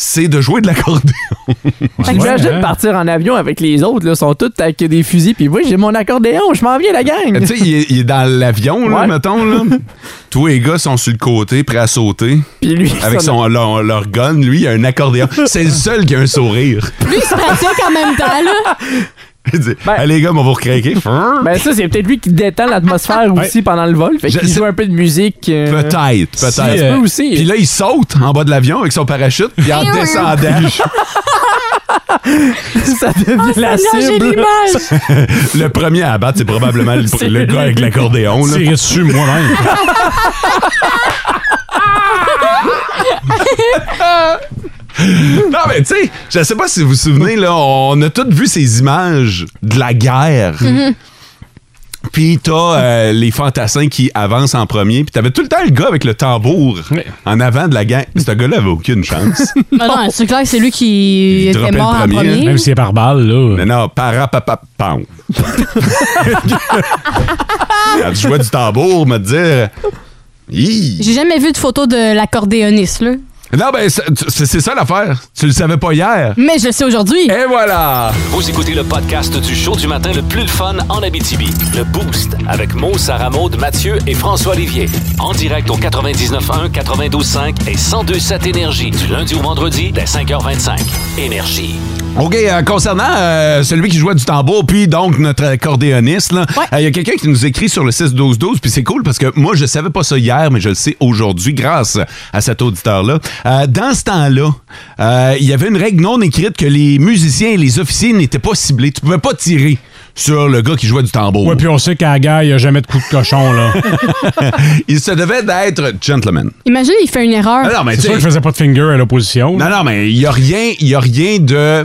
[SPEAKER 3] c'est de jouer de l'accordéon.
[SPEAKER 7] Fait que
[SPEAKER 5] Ouais,
[SPEAKER 7] J'imagine
[SPEAKER 5] hein?
[SPEAKER 7] partir en avion avec les autres, là, sont tous avec des fusils, puis moi j'ai mon accordéon, je m'en viens la gang.
[SPEAKER 3] [LAUGHS] tu sais, il, est- il est dans l'avion, là,
[SPEAKER 7] Ouais.
[SPEAKER 3] mettons. Là. [LAUGHS] Tous les gars sont sur le côté, prêts à sauter.
[SPEAKER 7] Puis lui,
[SPEAKER 3] Avec
[SPEAKER 7] son-
[SPEAKER 3] son, leur, leur gun, lui, il a un accordéon. [LAUGHS] C'est le seul qui a un sourire. [LAUGHS]
[SPEAKER 4] Lui, il se pratique en même temps, là.
[SPEAKER 3] Il dit
[SPEAKER 7] Ben-
[SPEAKER 3] Allez, les gars, on va vous [LAUGHS] recraquer.
[SPEAKER 7] Ben ça, c'est peut-être lui qui détend l'atmosphère aussi pendant le vol. Fait
[SPEAKER 3] Je-
[SPEAKER 7] qu'il
[SPEAKER 3] c'est-
[SPEAKER 7] joue un peu de musique. euh,
[SPEAKER 3] Peut-être, peut-être.
[SPEAKER 5] Si, euh,
[SPEAKER 7] Eux aussi.
[SPEAKER 3] Puis là, il saute en bas de l'avion avec son parachute, puis [LAUGHS] en descendant,
[SPEAKER 7] [LAUGHS] ça devient la
[SPEAKER 4] Ah, Seigneur, j'ai
[SPEAKER 7] cible.
[SPEAKER 3] [LAUGHS]
[SPEAKER 4] l'image.
[SPEAKER 3] le premier à abattre, c'est probablement [LAUGHS] le,
[SPEAKER 7] C'est
[SPEAKER 3] le gars avec l'accordéon. là.
[SPEAKER 5] Tirer dessus [LAUGHS] moi-même.
[SPEAKER 3] Non, mais tu sais, je sais pas si vous vous souvenez, là, on a toutes vu ces images de la guerre. Puis t'as euh, les fantassins qui avancent en premier. Puis t'avais tout le temps le gars avec le tambour en avant de la gang. Ce gars-là avait aucune chance.
[SPEAKER 4] Ah non, c'est clair que c'est lui qui
[SPEAKER 3] Il
[SPEAKER 4] était
[SPEAKER 3] droppait le
[SPEAKER 4] mort en
[SPEAKER 3] premier.
[SPEAKER 4] premier.
[SPEAKER 5] Même si c'est par balle, là.
[SPEAKER 3] Mais non, parapapapam. Quand tu jouais du tambour, me dire. Hi.
[SPEAKER 4] J'ai jamais vu de photo de l'accordéoniste, là.
[SPEAKER 3] Non, ben, c'est c'est ça l'affaire. Tu le savais pas hier.
[SPEAKER 4] Mais je le sais aujourd'hui.
[SPEAKER 5] Eh.
[SPEAKER 3] Et voilà!
[SPEAKER 2] Vous écoutez le podcast du show du matin le plus le fun en Abitibi. Le Boost avec Mo, Sarah Maud, Mathieu et François Olivier. En direct au 99.1, 92.5 et 102.7 Énergie du lundi au vendredi dès 5h25. Énergie.
[SPEAKER 3] OK, euh, concernant euh, celui qui jouait du tambour, puis donc notre accordéoniste, là, euh, il y a quelqu'un qui nous écrit sur le 6-12-12, puis c'est cool parce que moi, je savais pas ça hier, mais je le sais aujourd'hui grâce à cet auditeur-là. Euh, dans ce temps-là, euh, il y avait une règle non écrite que les musiciens et les officiers n'étaient pas ciblés. Tu pouvais pas tirer sur le gars qui jouait du tambour.
[SPEAKER 5] Ouais, puis on sait qu'à la guerre, il n'y a jamais de coup de cochon, là.
[SPEAKER 3] il se devait d'être gentleman.
[SPEAKER 4] Imagine, il fait une erreur.
[SPEAKER 3] Ah non, mais
[SPEAKER 5] C'est
[SPEAKER 3] tu
[SPEAKER 5] sûr
[SPEAKER 3] sais-
[SPEAKER 5] qu'il faisait pas de finger à l'opposition.
[SPEAKER 3] Non, non, mais il n'y a rien, il y a rien de.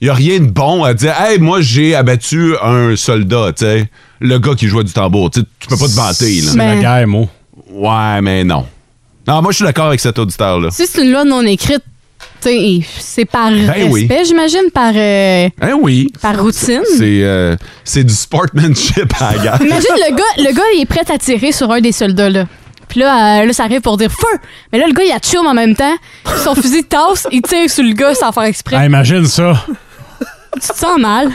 [SPEAKER 3] Il y a rien de bon à dire Hey, moi j'ai abattu un soldat, tu sais. Le gars qui jouait du tambour. Tu sais, tu peux pas te vanter, là.
[SPEAKER 5] C'est la
[SPEAKER 4] Mais-
[SPEAKER 5] guerre, Mo.
[SPEAKER 3] Ouais, mais non. Non, moi je suis d'accord avec cet auditeur-là.
[SPEAKER 4] Si c'est une loi non écrite, tu sais, c'est par respect,
[SPEAKER 3] Ben oui.
[SPEAKER 4] j'imagine, par, euh,
[SPEAKER 3] Hein oui.
[SPEAKER 4] par routine.
[SPEAKER 3] C'est euh, c'est du sportmanship à la gare.
[SPEAKER 4] Imagine, le gars, le gars, il est prêt à tirer sur un des soldats, là. Puis là, euh, là, ça arrive pour dire feu! Mais là, le gars, il a chum en même temps. Son fusil tasse, il tire sur le gars sans faire exprès.
[SPEAKER 5] Ah, imagine ça.
[SPEAKER 4] Tu te sens mal.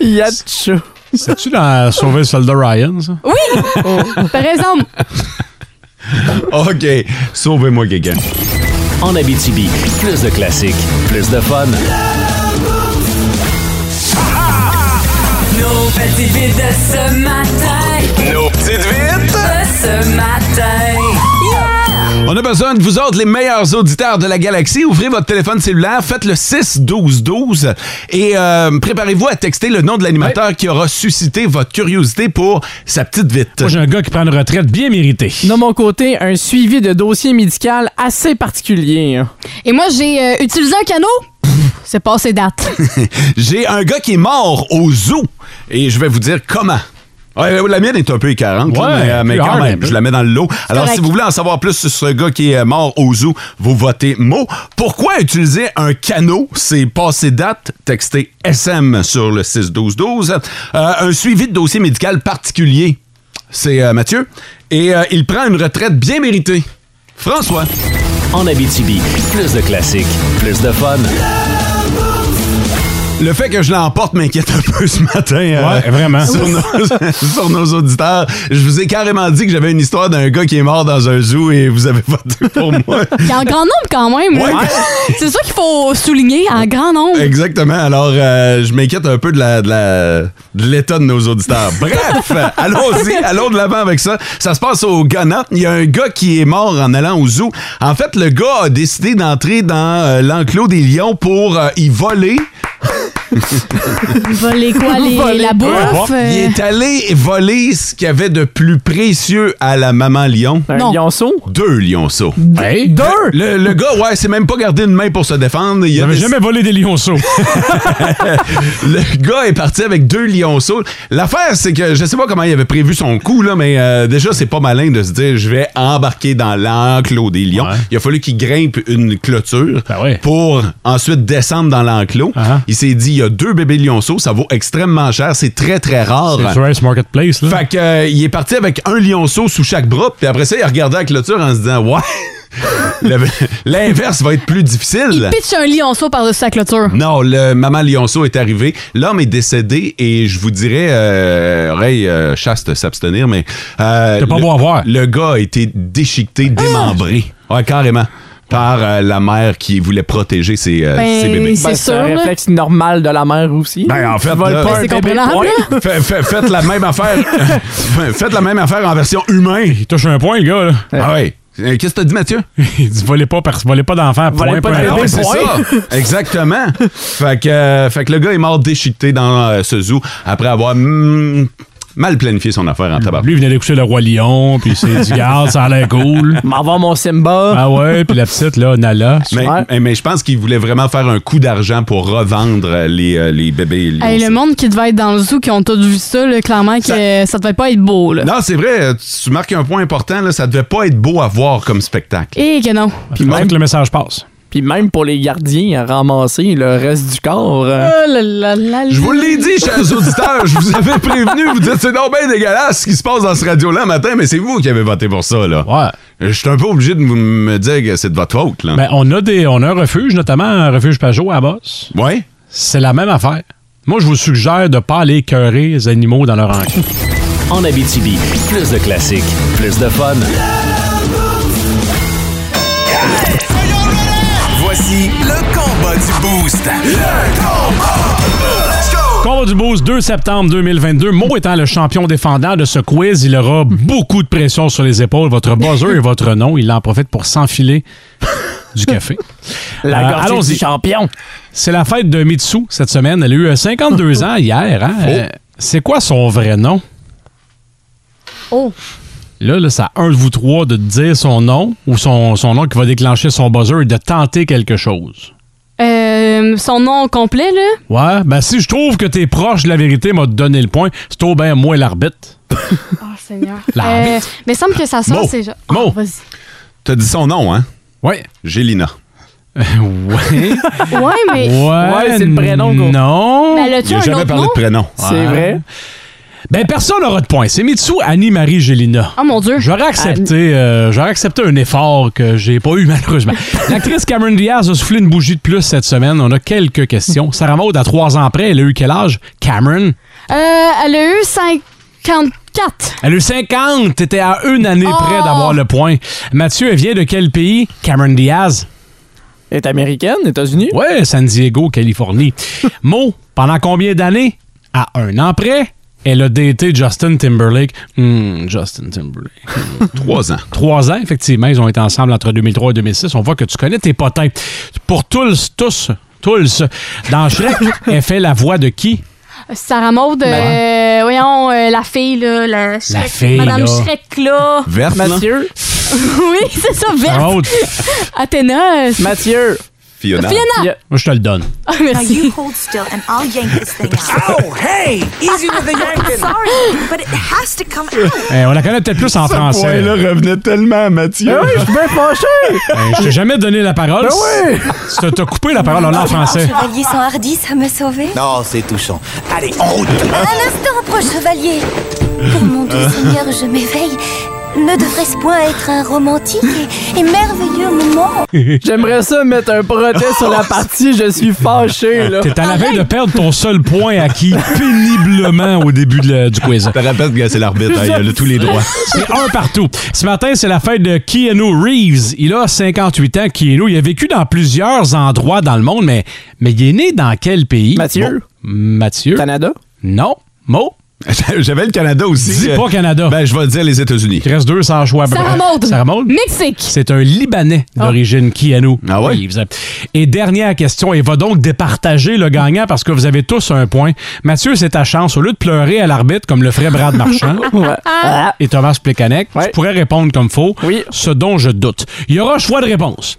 [SPEAKER 7] Yatcha.
[SPEAKER 5] C'est-tu dans Sauver le soldat Ryan, ça?
[SPEAKER 4] Oui! Par exemple,
[SPEAKER 3] [LAUGHS] OK. Sauvez-moi quelqu'un.
[SPEAKER 2] En Abitibi, plus de classiques, plus de fun.
[SPEAKER 10] Nos petites vites de ce matin.
[SPEAKER 2] Nos petites vites.
[SPEAKER 10] De ce matin.
[SPEAKER 3] On a besoin de vous autres, les meilleurs auditeurs de la galaxie. Ouvrez votre téléphone cellulaire, faites le 6-12-12 et euh, préparez-vous à texter le nom de l'animateur qui aura suscité votre curiosité pour sa petite vite.
[SPEAKER 5] Moi, j'ai un gars qui prend une retraite bien méritée.
[SPEAKER 7] De mon côté, un suivi de dossier médical assez particulier. hein.
[SPEAKER 4] et moi, j'ai euh, utilisé un canot. Pff, C'est passé date.
[SPEAKER 3] J'ai un gars qui est mort au zoo et je vais vous dire comment. Ouais, la mienne est un peu écœurante, là,
[SPEAKER 5] Ouais,
[SPEAKER 3] mais, euh, mais
[SPEAKER 5] plus
[SPEAKER 3] quand
[SPEAKER 5] hard un
[SPEAKER 3] même,
[SPEAKER 5] peu.
[SPEAKER 3] je la mets dans le lot. Alors,
[SPEAKER 4] correct.
[SPEAKER 3] si vous voulez en savoir plus sur ce gars qui est euh, mort au zoo, vous votez mot. Pourquoi utiliser un canot? C'est passé date. Textez SM sur le 6-12-12. Euh, un suivi de dossier médical particulier. C'est euh, Mathieu. Et euh, il prend une retraite bien méritée. François.
[SPEAKER 2] En Abitibi, plus de classiques, plus de fun.
[SPEAKER 3] Le fait que je l'emporte m'inquiète un peu [LAUGHS] ce matin. euh,
[SPEAKER 5] Ouais, vraiment.
[SPEAKER 3] Sur nos, [LAUGHS] sur nos auditeurs. Je vous ai carrément dit que j'avais une histoire d'un gars qui est mort dans un zoo et vous avez [LAUGHS] voté pour moi.
[SPEAKER 4] Puis en grand nombre, quand même. là.
[SPEAKER 3] Ouais.
[SPEAKER 4] [LAUGHS] C'est ça qu'il faut souligner, en grand nombre.
[SPEAKER 3] Exactement. Alors, euh, je m'inquiète un peu de la de la- de l'état de nos auditeurs. Bref, [LAUGHS] allons-y, allons de l'avant avec ça. Ça se passe au Ghana. Il y a un gars qui est mort en allant au zoo. En fait, le gars a décidé d'entrer dans euh, l'enclos des lions pour euh, y voler.
[SPEAKER 4] Voler quoi? [LAUGHS] les-
[SPEAKER 7] Voler.
[SPEAKER 4] la bouffe? euh,
[SPEAKER 3] Il est allé voler ce qu'il y avait de plus précieux à la maman lion.
[SPEAKER 7] Un
[SPEAKER 4] Non.
[SPEAKER 7] lionceau. Ben,
[SPEAKER 3] Deux lionceaux.
[SPEAKER 5] Hey,
[SPEAKER 7] Deux!
[SPEAKER 3] Le, le gars, ouais, c'est même pas gardé une main pour se défendre. Il a
[SPEAKER 5] J'avais
[SPEAKER 3] déc-
[SPEAKER 5] jamais volé des lionceaux.
[SPEAKER 3] [LAUGHS] Le gars est parti avec deux lionceaux. L'affaire, c'est que je sais pas comment il avait prévu son coup, là, mais euh, déjà, c'est pas malin de se dire je vais embarquer dans l'enclos des lions.
[SPEAKER 5] Ouais.
[SPEAKER 3] Il a fallu qu'il grimpe une clôture
[SPEAKER 5] Ben ouais.
[SPEAKER 3] pour ensuite descendre dans l'enclos.
[SPEAKER 5] Ah.
[SPEAKER 3] Il s'est dit il y a deux bébés lionceaux, ça vaut extrêmement cher, c'est très très rare.
[SPEAKER 5] C'est sur Ace Marketplace, là.
[SPEAKER 3] Ah, ben. Fait que, euh, il est parti avec un lionceau sous chaque bras, puis après ça, il a regardé la clôture en se disant Ouais, [LAUGHS] le- l'inverse va être plus difficile.
[SPEAKER 4] Pitch un lionceau par-dessus sa clôture.
[SPEAKER 3] Non, le maman lionceau est arrivé. L'homme est décédé et je vous dirais, euh, Ray euh, chasse de s'abstenir, mais. euh,
[SPEAKER 5] T'as pas
[SPEAKER 3] le,
[SPEAKER 5] beau à voir.
[SPEAKER 3] Le gars a été déchiqueté, démembré. Ouais, carrément. Par euh, la mère qui voulait protéger ses, euh,
[SPEAKER 4] Ben,
[SPEAKER 3] ses bébés.
[SPEAKER 4] C'est
[SPEAKER 7] Ben, C'est un
[SPEAKER 4] sûr, là.
[SPEAKER 7] réflexe normal de la mère aussi.
[SPEAKER 3] Ben, en fait,
[SPEAKER 7] Tu voles
[SPEAKER 3] là-
[SPEAKER 7] pas
[SPEAKER 3] Ben,
[SPEAKER 7] un
[SPEAKER 4] c'est
[SPEAKER 7] bébé de
[SPEAKER 4] comprenable,
[SPEAKER 7] poing.
[SPEAKER 4] là.
[SPEAKER 3] Fait- fait- faites la même affaire. faites la même affaire en version humain.
[SPEAKER 5] Il touche un point, le gars, là. [LAUGHS]
[SPEAKER 3] Ah ouais. Euh, Qu'est-ce que t'as dit, Mathieu?
[SPEAKER 5] Il dit volez pas, par- volez pas d'enfant. Point,
[SPEAKER 7] Volez pas
[SPEAKER 5] point.
[SPEAKER 7] de
[SPEAKER 3] Ah
[SPEAKER 5] Ah
[SPEAKER 7] bébé.
[SPEAKER 3] ouais,
[SPEAKER 5] ouais,
[SPEAKER 3] c'est
[SPEAKER 7] point.
[SPEAKER 3] ça. [LAUGHS] Exactement. fait, que, euh, fait que le gars est mort déchiqueté dans euh, ce zoo après avoir mm, mal planifié son affaire en tabac.
[SPEAKER 5] Lui, il venait d'écouter Le Roi Lion, puis il s'est dit, garde, ça a l'air cool. M'en va mon Simba. Ah ouais, puis la petite, là, Nala.
[SPEAKER 3] Mais, mais- mais je pense qu'il voulait vraiment faire un coup d'argent pour revendre euh, les, euh, les bébés. lions.
[SPEAKER 4] Hey, le monde qui devait être dans le zoo, qui ont tous vu ça, là, clairement, que euh, ça devait pas être beau. Là.
[SPEAKER 3] Non, c'est vrai, euh, tu marques un point important, là, ça devait pas être beau à voir comme spectacle.
[SPEAKER 4] Et Eh, que non.
[SPEAKER 5] Puis même que le message passe.
[SPEAKER 7] Puis même pour les gardiens, à ramasser le reste du corps. euh,
[SPEAKER 4] Oh là là là
[SPEAKER 3] Je vous
[SPEAKER 4] là.
[SPEAKER 3] l'ai dit,
[SPEAKER 4] [LAUGHS]
[SPEAKER 3] chers auditeurs, je vous avais prévenu, vous dites c'est donc bien dégueulasse ce qui se passe dans ce radio-là le matin, mais c'est vous qui avez voté pour ça, là. Ouais. Je suis un peu obligé de vous- me dire que c'est de votre faute, là.
[SPEAKER 5] Ben, on a, des, on a un refuge, notamment un refuge Pajot à Bosse.
[SPEAKER 4] Ben-
[SPEAKER 3] Oui.
[SPEAKER 5] C'est la même affaire. Moi, je vous suggère de pas aller écœurer les animaux dans leur enclos.
[SPEAKER 2] En Abitibi, plus de classiques, plus de fun.
[SPEAKER 6] Voici le combat du Boost.
[SPEAKER 5] Combat du Boost, 2 septembre 2022. Mo étant le champion défendant de ce quiz, il aura beaucoup de pression sur les épaules. Votre buzzer et votre nom, il en profite pour s'enfiler du café.
[SPEAKER 7] [LAUGHS]
[SPEAKER 5] Euh,
[SPEAKER 7] La gorgée
[SPEAKER 5] allons-y.
[SPEAKER 7] du champion.
[SPEAKER 5] C'est la fête de Mitsu cette semaine. Elle a eu euh, 52 ans hier. hein?
[SPEAKER 7] Oh.
[SPEAKER 5] Euh, C'est quoi son vrai nom?
[SPEAKER 4] Oh.
[SPEAKER 5] Là, là, c'est à un de vous trois de dire son nom ou son, son nom qui va déclencher son buzzer et de tenter quelque chose.
[SPEAKER 4] Euh, son nom complet, là?
[SPEAKER 5] Ouais, ben si je trouve que t'es proche de la vérité, m'a donné le point, c'est au bien moi l'arbitre.
[SPEAKER 4] Oh, Seigneur.
[SPEAKER 5] L'arbitre.
[SPEAKER 4] Euh, mais il semble que ça sort,
[SPEAKER 5] Bon.
[SPEAKER 4] c'est genre. Ah,
[SPEAKER 5] Bon.
[SPEAKER 3] T'as dit son nom, hein?
[SPEAKER 5] Ouais.
[SPEAKER 7] [LAUGHS]
[SPEAKER 3] Gélina.
[SPEAKER 5] ouais.
[SPEAKER 4] Ouais, mais.
[SPEAKER 5] Ouais, c'est le prénom qu'on. Non.
[SPEAKER 4] Mais elle a-tu Il a un jamais autre parlé nom? de prénom. C'est vrai.
[SPEAKER 5] Ben, personne n'aura de point. C'est Mitsu Annie-Marie Gélina.
[SPEAKER 4] Oh mon Dieu.
[SPEAKER 5] J'aurais accepté, euh, j'aurais accepté un effort que j'ai pas eu, [LAUGHS] malheureusement. L'actrice Cameron Diaz a soufflé une bougie de plus cette semaine. On a quelques questions. Sarah Maud, à trois ans près, elle a eu quel âge? Cameron?
[SPEAKER 4] Euh, elle a eu 54.
[SPEAKER 5] Elle a eu 50. T'étais à une année près d'avoir le point. Mathieu, elle vient de quel pays? Cameron Diaz?
[SPEAKER 7] est américaine, États-Unis?
[SPEAKER 5] Ouais, San Diego,
[SPEAKER 3] [LAUGHS]
[SPEAKER 5] Californie. Mo, pendant combien d'années? À un an près, elle a daté Justin Timberlake. Hmm, Justin Timberlake.
[SPEAKER 3] [LAUGHS] Trois ans.
[SPEAKER 5] Trois ans, effectivement. Ils ont été ensemble entre 2003 et 2006. On voit que tu connais tes potins. Pour tous, tous, tous,
[SPEAKER 3] [LAUGHS]
[SPEAKER 5] dans Shrek, elle fait la voix de qui?
[SPEAKER 4] Sarah Maud, euh, voyons, euh, la fille, là. La, Shrek-
[SPEAKER 5] fille,
[SPEAKER 4] Madame
[SPEAKER 5] là.
[SPEAKER 4] Shrek, là. [LAUGHS]
[SPEAKER 5] Verte, là. Mathieu.
[SPEAKER 4] oui, c'est ça, verte.
[SPEAKER 5] Sarah Maud.
[SPEAKER 4] Athéna. euh, c'est-
[SPEAKER 7] Mathieu.
[SPEAKER 3] Fiona.
[SPEAKER 4] Fiona.
[SPEAKER 5] Moi, je te le donne.
[SPEAKER 4] Ah, merci.
[SPEAKER 11] Now you hold still and I'll yank this thing out. Oh, hey! Easy with the yanking. Sorry, but it has to come out.
[SPEAKER 5] Eh, on la connaît peut-être plus en
[SPEAKER 11] Ce
[SPEAKER 5] français. Eh
[SPEAKER 11] point-là
[SPEAKER 3] revenait tellement à Mathieu.
[SPEAKER 11] oui, je suis bien
[SPEAKER 3] [LAUGHS]
[SPEAKER 5] je t'ai jamais donné la parole.
[SPEAKER 11] Ben
[SPEAKER 5] Tu t'as coupé la parole on l'a en français.
[SPEAKER 11] Chevalier sans hardi, ça me sauver.
[SPEAKER 6] Non, c'est touchant. Allez, en route.
[SPEAKER 11] Un instant, proche chevalier. Pour mon doux seigneur, je m'éveille. Ne devrait-ce point être un romantique et, et merveilleux moment
[SPEAKER 7] J'aimerais ça mettre un protest sur la partie Je suis fâché, là.
[SPEAKER 5] Ah, T'es à la veille de perdre ton seul point acquis péniblement au début de la- du quiz.
[SPEAKER 3] Je te rappelle que c'est l'arbitre, hein, il a le- tous les droits.
[SPEAKER 5] C'est un partout. Ce matin, c'est la fête de Keanu Reeves. Il a 58 ans, Keanu. Il a vécu dans plusieurs endroits dans le monde, mais, mais il est né dans quel pays? Mathieu. Mathieu.
[SPEAKER 7] Canada?
[SPEAKER 5] Non. Mo?
[SPEAKER 3] [LAUGHS] J'avais le Canada aussi.
[SPEAKER 5] Dis pas Canada.
[SPEAKER 3] Ben, je vais dire les États-Unis.
[SPEAKER 5] Il reste deux sans choix.
[SPEAKER 4] Sarah Maud.
[SPEAKER 5] Sarah Maud.
[SPEAKER 4] Mexique.
[SPEAKER 5] C'est un Libanais d'origine Keanu
[SPEAKER 3] Ah
[SPEAKER 5] Reeves. Et dernière question, et va donc départager le gagnant parce que vous avez tous un point. Mathieu, c'est ta chance. Au lieu de pleurer à l'arbitre comme le ferait Brad
[SPEAKER 3] [LAUGHS]
[SPEAKER 5] Marchand
[SPEAKER 7] Ah,
[SPEAKER 5] et Thomas Plekanec, tu pourrais répondre comme faux, ce dont je doute. Il y aura choix de réponse.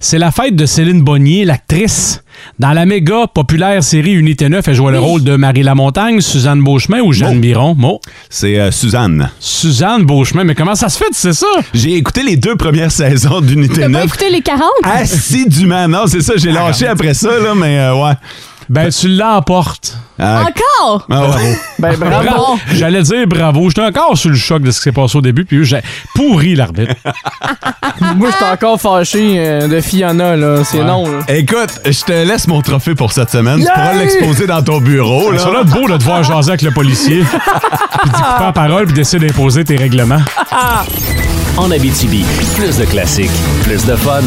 [SPEAKER 5] C'est la fête de Céline Bonnier, l'actrice. Dans la méga populaire série Unité 9, elle jouait le rôle de Marie Lamontagne, Suzanne Beauchemin ou Jeanne Biron. Mo.
[SPEAKER 3] C'est euh, Suzanne.
[SPEAKER 5] Suzanne Beauchemin, mais comment ça se fait, c'est ça?
[SPEAKER 3] J'ai écouté les deux premières [LAUGHS] saisons d'Unité
[SPEAKER 4] T'as pas
[SPEAKER 3] 9.
[SPEAKER 4] écouté les 40?
[SPEAKER 5] Ah,
[SPEAKER 3] Assidûment. Non, c'est ça, j'ai lâché après ça, là, mais euh, ouais.
[SPEAKER 5] Ben, tu l'emportes.
[SPEAKER 3] Ah,
[SPEAKER 4] Encore?
[SPEAKER 3] ah ouais.
[SPEAKER 7] Ben, bravo.
[SPEAKER 5] J'allais dire bravo. J'étais encore sous le choc de ce qui s'est passé au début, puis j'ai pourri l'arbitre.
[SPEAKER 7] Moi, je suis encore fâché euh, de Fiona, là. C'est non, là.
[SPEAKER 3] [LAUGHS] Écoute, je te laisse mon trophée pour cette semaine. Tu pourras
[SPEAKER 7] Yay!
[SPEAKER 3] l'exposer dans ton bureau.
[SPEAKER 5] Ça doit
[SPEAKER 3] Là.
[SPEAKER 5] être beau de te voir jaser avec le policier, puis d'y couper la parole, puis d'essayer d'imposer tes règlements.
[SPEAKER 2] En Abitibi, plus de classiques, plus de fun.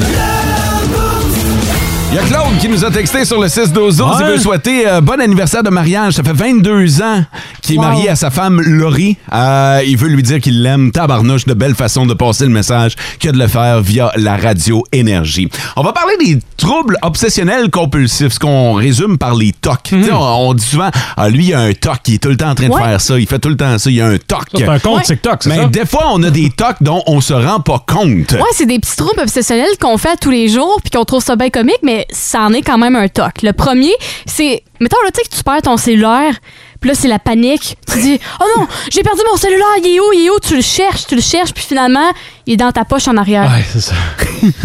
[SPEAKER 3] Il y a Claude qui nous a texté sur le 6-12-12. Il
[SPEAKER 5] Ouais.
[SPEAKER 3] veut souhaiter euh, bon anniversaire de mariage. Ça fait 22 ans qu'il est marié à sa femme Laurie. Euh, il veut lui dire qu'il l'aime. Tabarnouche, de belle façon de passer le message que de le faire via la radio énergie. On va parler des troubles obsessionnels compulsifs, ce qu'on résume par les tocs. Tu sais, On, on dit souvent, ah, lui, il a un toc, il est tout le temps en train de
[SPEAKER 5] Mhm. Ouais.
[SPEAKER 3] faire ça, il fait tout le temps ça, il a un toc.
[SPEAKER 5] Ça, c'est un compte Ouais.
[SPEAKER 3] TikTok, Mais des fois, on a des tocs dont on se rend pas compte.
[SPEAKER 4] Ouais, c'est des petits troubles obsessionnels qu'on fait à tous les jours puis qu'on trouve ça bien comique, mais ça en est quand même un toc. Le premier, c'est. Mettons, là, tu sais que tu perds ton cellulaire, puis là, c'est la panique. Tu dis, oh non, j'ai perdu mon cellulaire, il est où, il est où? Tu le cherches, tu le cherches, puis finalement, il est dans ta poche en arrière.
[SPEAKER 5] Ouais, c'est ça.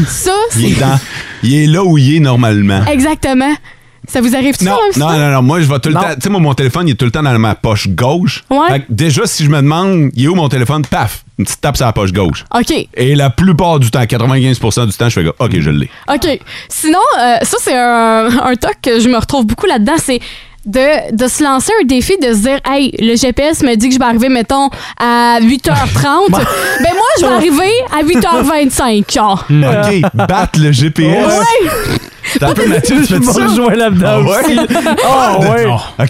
[SPEAKER 4] Ça,
[SPEAKER 3] Il est,
[SPEAKER 4] c'est.
[SPEAKER 3] dans- il est là où il est normalement.
[SPEAKER 4] Exactement. Ça vous arrive-tu,
[SPEAKER 3] Non,
[SPEAKER 4] ça, un petit
[SPEAKER 3] non,
[SPEAKER 4] peu?
[SPEAKER 3] non, non, moi je vais tout le temps. Tu sais, moi, mon téléphone, il est tout le temps dans ma poche gauche.
[SPEAKER 4] Ouais.
[SPEAKER 3] Fait que déjà, si je me demande, il est où mon téléphone, paf, une petite tape sur la poche gauche.
[SPEAKER 4] OK.
[SPEAKER 3] Et la plupart du temps, 95 du temps, je fais comme, OK, je l'ai.
[SPEAKER 4] OK. Sinon, euh, ça, c'est un, un toc que je me retrouve beaucoup là-dedans. C'est de, de se lancer un défi, de se dire, hey, le GPS me dit que je vais arriver, mettons, à 8h30. ben, moi, je vais arriver à 8h25, genre.
[SPEAKER 3] OK, battre le GPS.
[SPEAKER 4] Euh. Ouais.
[SPEAKER 3] T'as un peu
[SPEAKER 4] [LAUGHS]
[SPEAKER 3] Mathieu, tu fais
[SPEAKER 7] Je
[SPEAKER 3] ça?
[SPEAKER 7] me rejoins
[SPEAKER 3] Ah
[SPEAKER 7] là-dedans
[SPEAKER 3] ouais?
[SPEAKER 7] aussi. Ah ouais.
[SPEAKER 3] OK.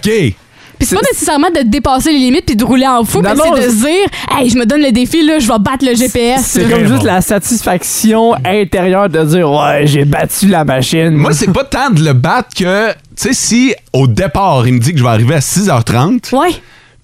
[SPEAKER 4] Puis c'est pas nécessairement de dépasser les limites puis de rouler en fou,
[SPEAKER 7] Non,
[SPEAKER 4] mais
[SPEAKER 7] non,
[SPEAKER 4] c'est de
[SPEAKER 7] c'est-
[SPEAKER 4] se dire, hey, je me donne le défi, là, je vais battre le GPS.
[SPEAKER 7] C'est
[SPEAKER 4] là.
[SPEAKER 7] comme juste la satisfaction intérieure de dire ouais j'ai battu la machine.
[SPEAKER 3] Moi, c'est pas tant de le battre que, tu sais, si au départ, il me dit que je vais arriver à 6h30,
[SPEAKER 4] ouais.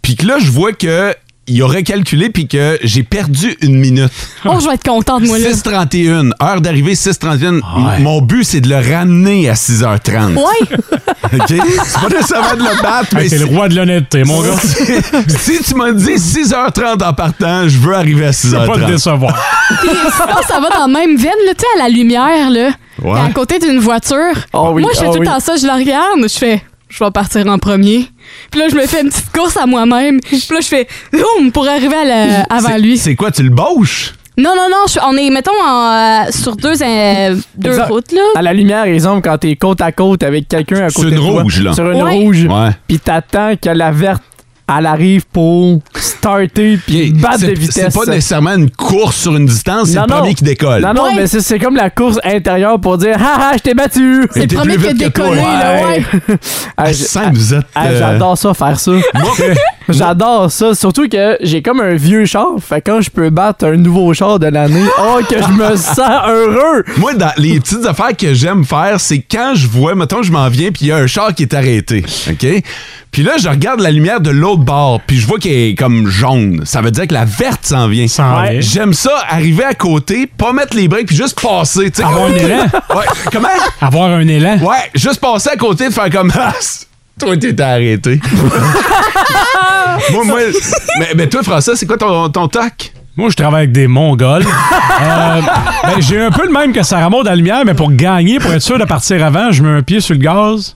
[SPEAKER 3] puis que là, je vois que il aurait calculé, puis que j'ai perdu une minute.
[SPEAKER 4] Oh, je vais être contente,
[SPEAKER 3] [LAUGHS]
[SPEAKER 4] moi, là.
[SPEAKER 3] 6h31, heure d'arrivée 6h31. M- Mon but, c'est de le ramener à 6h30.
[SPEAKER 4] Ouais.
[SPEAKER 3] OK? C'est pas nécessairement de le battre, mais
[SPEAKER 5] Hey, T'es le
[SPEAKER 3] si-
[SPEAKER 5] roi de l'honnêteté, mon gars.
[SPEAKER 3] [LAUGHS] si tu m'as dit 6h30 en partant, je veux arriver à
[SPEAKER 5] Je
[SPEAKER 3] 6h30.
[SPEAKER 5] peux pas te décevoir.
[SPEAKER 4] Puis sinon, ça va dans la même veine, là, tu sais, à la lumière, là.
[SPEAKER 3] Ouais.
[SPEAKER 4] T'es à côté d'une voiture.
[SPEAKER 7] Ah oui,
[SPEAKER 4] moi, je fais
[SPEAKER 7] ah
[SPEAKER 4] tout le
[SPEAKER 7] oui.
[SPEAKER 4] temps ça, je la regarde, je fais. Je vais partir en premier. Puis là, je me fais une petite course à moi-même. Puis là, je fais zoom pour arriver à
[SPEAKER 7] [LAUGHS]
[SPEAKER 4] la- avant
[SPEAKER 3] C'est-
[SPEAKER 4] lui.
[SPEAKER 3] C'est quoi, tu le bauches?
[SPEAKER 4] Non, non, non, je- on est, mettons, en, euh, sur deux, euh, deux
[SPEAKER 7] Ça-
[SPEAKER 4] routes, là.
[SPEAKER 7] À la lumière, exemple, quand t'es côte à côte avec quelqu'un à
[SPEAKER 3] Sur
[SPEAKER 7] côté
[SPEAKER 3] une
[SPEAKER 7] de toi,
[SPEAKER 3] rouge, là.
[SPEAKER 7] Sur une
[SPEAKER 4] Ouais.
[SPEAKER 7] rouge.
[SPEAKER 3] Ouais.
[SPEAKER 7] Puis t'attends que la verte, elle arrive pour starter puis battre de
[SPEAKER 3] C'est c'est
[SPEAKER 7] vitesse.
[SPEAKER 3] pas nécessairement une course sur une distance, c'est le
[SPEAKER 7] Non, non.
[SPEAKER 3] premier qui décolle.
[SPEAKER 7] Non, non,
[SPEAKER 4] Ouais.
[SPEAKER 7] mais c'est- c'est comme la course intérieure pour dire Ha ha, je t'ai battu!
[SPEAKER 3] Il
[SPEAKER 4] C'est
[SPEAKER 3] était
[SPEAKER 4] le premier
[SPEAKER 3] plus
[SPEAKER 4] qui a
[SPEAKER 3] vite que toi,
[SPEAKER 4] décollé,
[SPEAKER 3] hein.
[SPEAKER 4] là, ouais.
[SPEAKER 7] [LAUGHS] Ah,
[SPEAKER 3] À
[SPEAKER 7] j-
[SPEAKER 3] cinq, vous êtes,
[SPEAKER 7] ah,
[SPEAKER 3] euh,
[SPEAKER 7] J'adore ça, faire ça. [LAUGHS] J'adore ça. Surtout que j'ai comme un vieux char. Fait que quand je peux battre un nouveau char de l'année, oh, que je me sens heureux!
[SPEAKER 3] Moi, dans les petites affaires que j'aime faire, c'est quand je vois, mettons, je m'en viens, puis il y a un char qui est arrêté, OK? Puis là, je regarde la lumière de l'autre bord, puis je vois qu'elle est comme jaune. Ça veut dire que la verte s'en vient.
[SPEAKER 5] S'en vient.
[SPEAKER 3] J'aime ça, arriver à côté, pas mettre les breaks, puis juste passer, tu sais.
[SPEAKER 5] Avoir
[SPEAKER 3] comme-
[SPEAKER 5] un élan.
[SPEAKER 3] [LAUGHS] Ouais, comment?
[SPEAKER 5] Avoir un élan.
[SPEAKER 3] Ouais, juste passer à côté, de faire comme... [LAUGHS] Ah, c'est- toi, t'es arrêté. [LAUGHS] moi, moi... Mais, mais toi, François, c'est quoi ton, ton tac?
[SPEAKER 5] Moi, je travaille avec des Mongols. [LAUGHS] Euh, ben, j'ai un peu le même que Sarah Maud à la lumière, mais pour gagner, pour être sûr de partir avant, je mets un pied sur le gaz.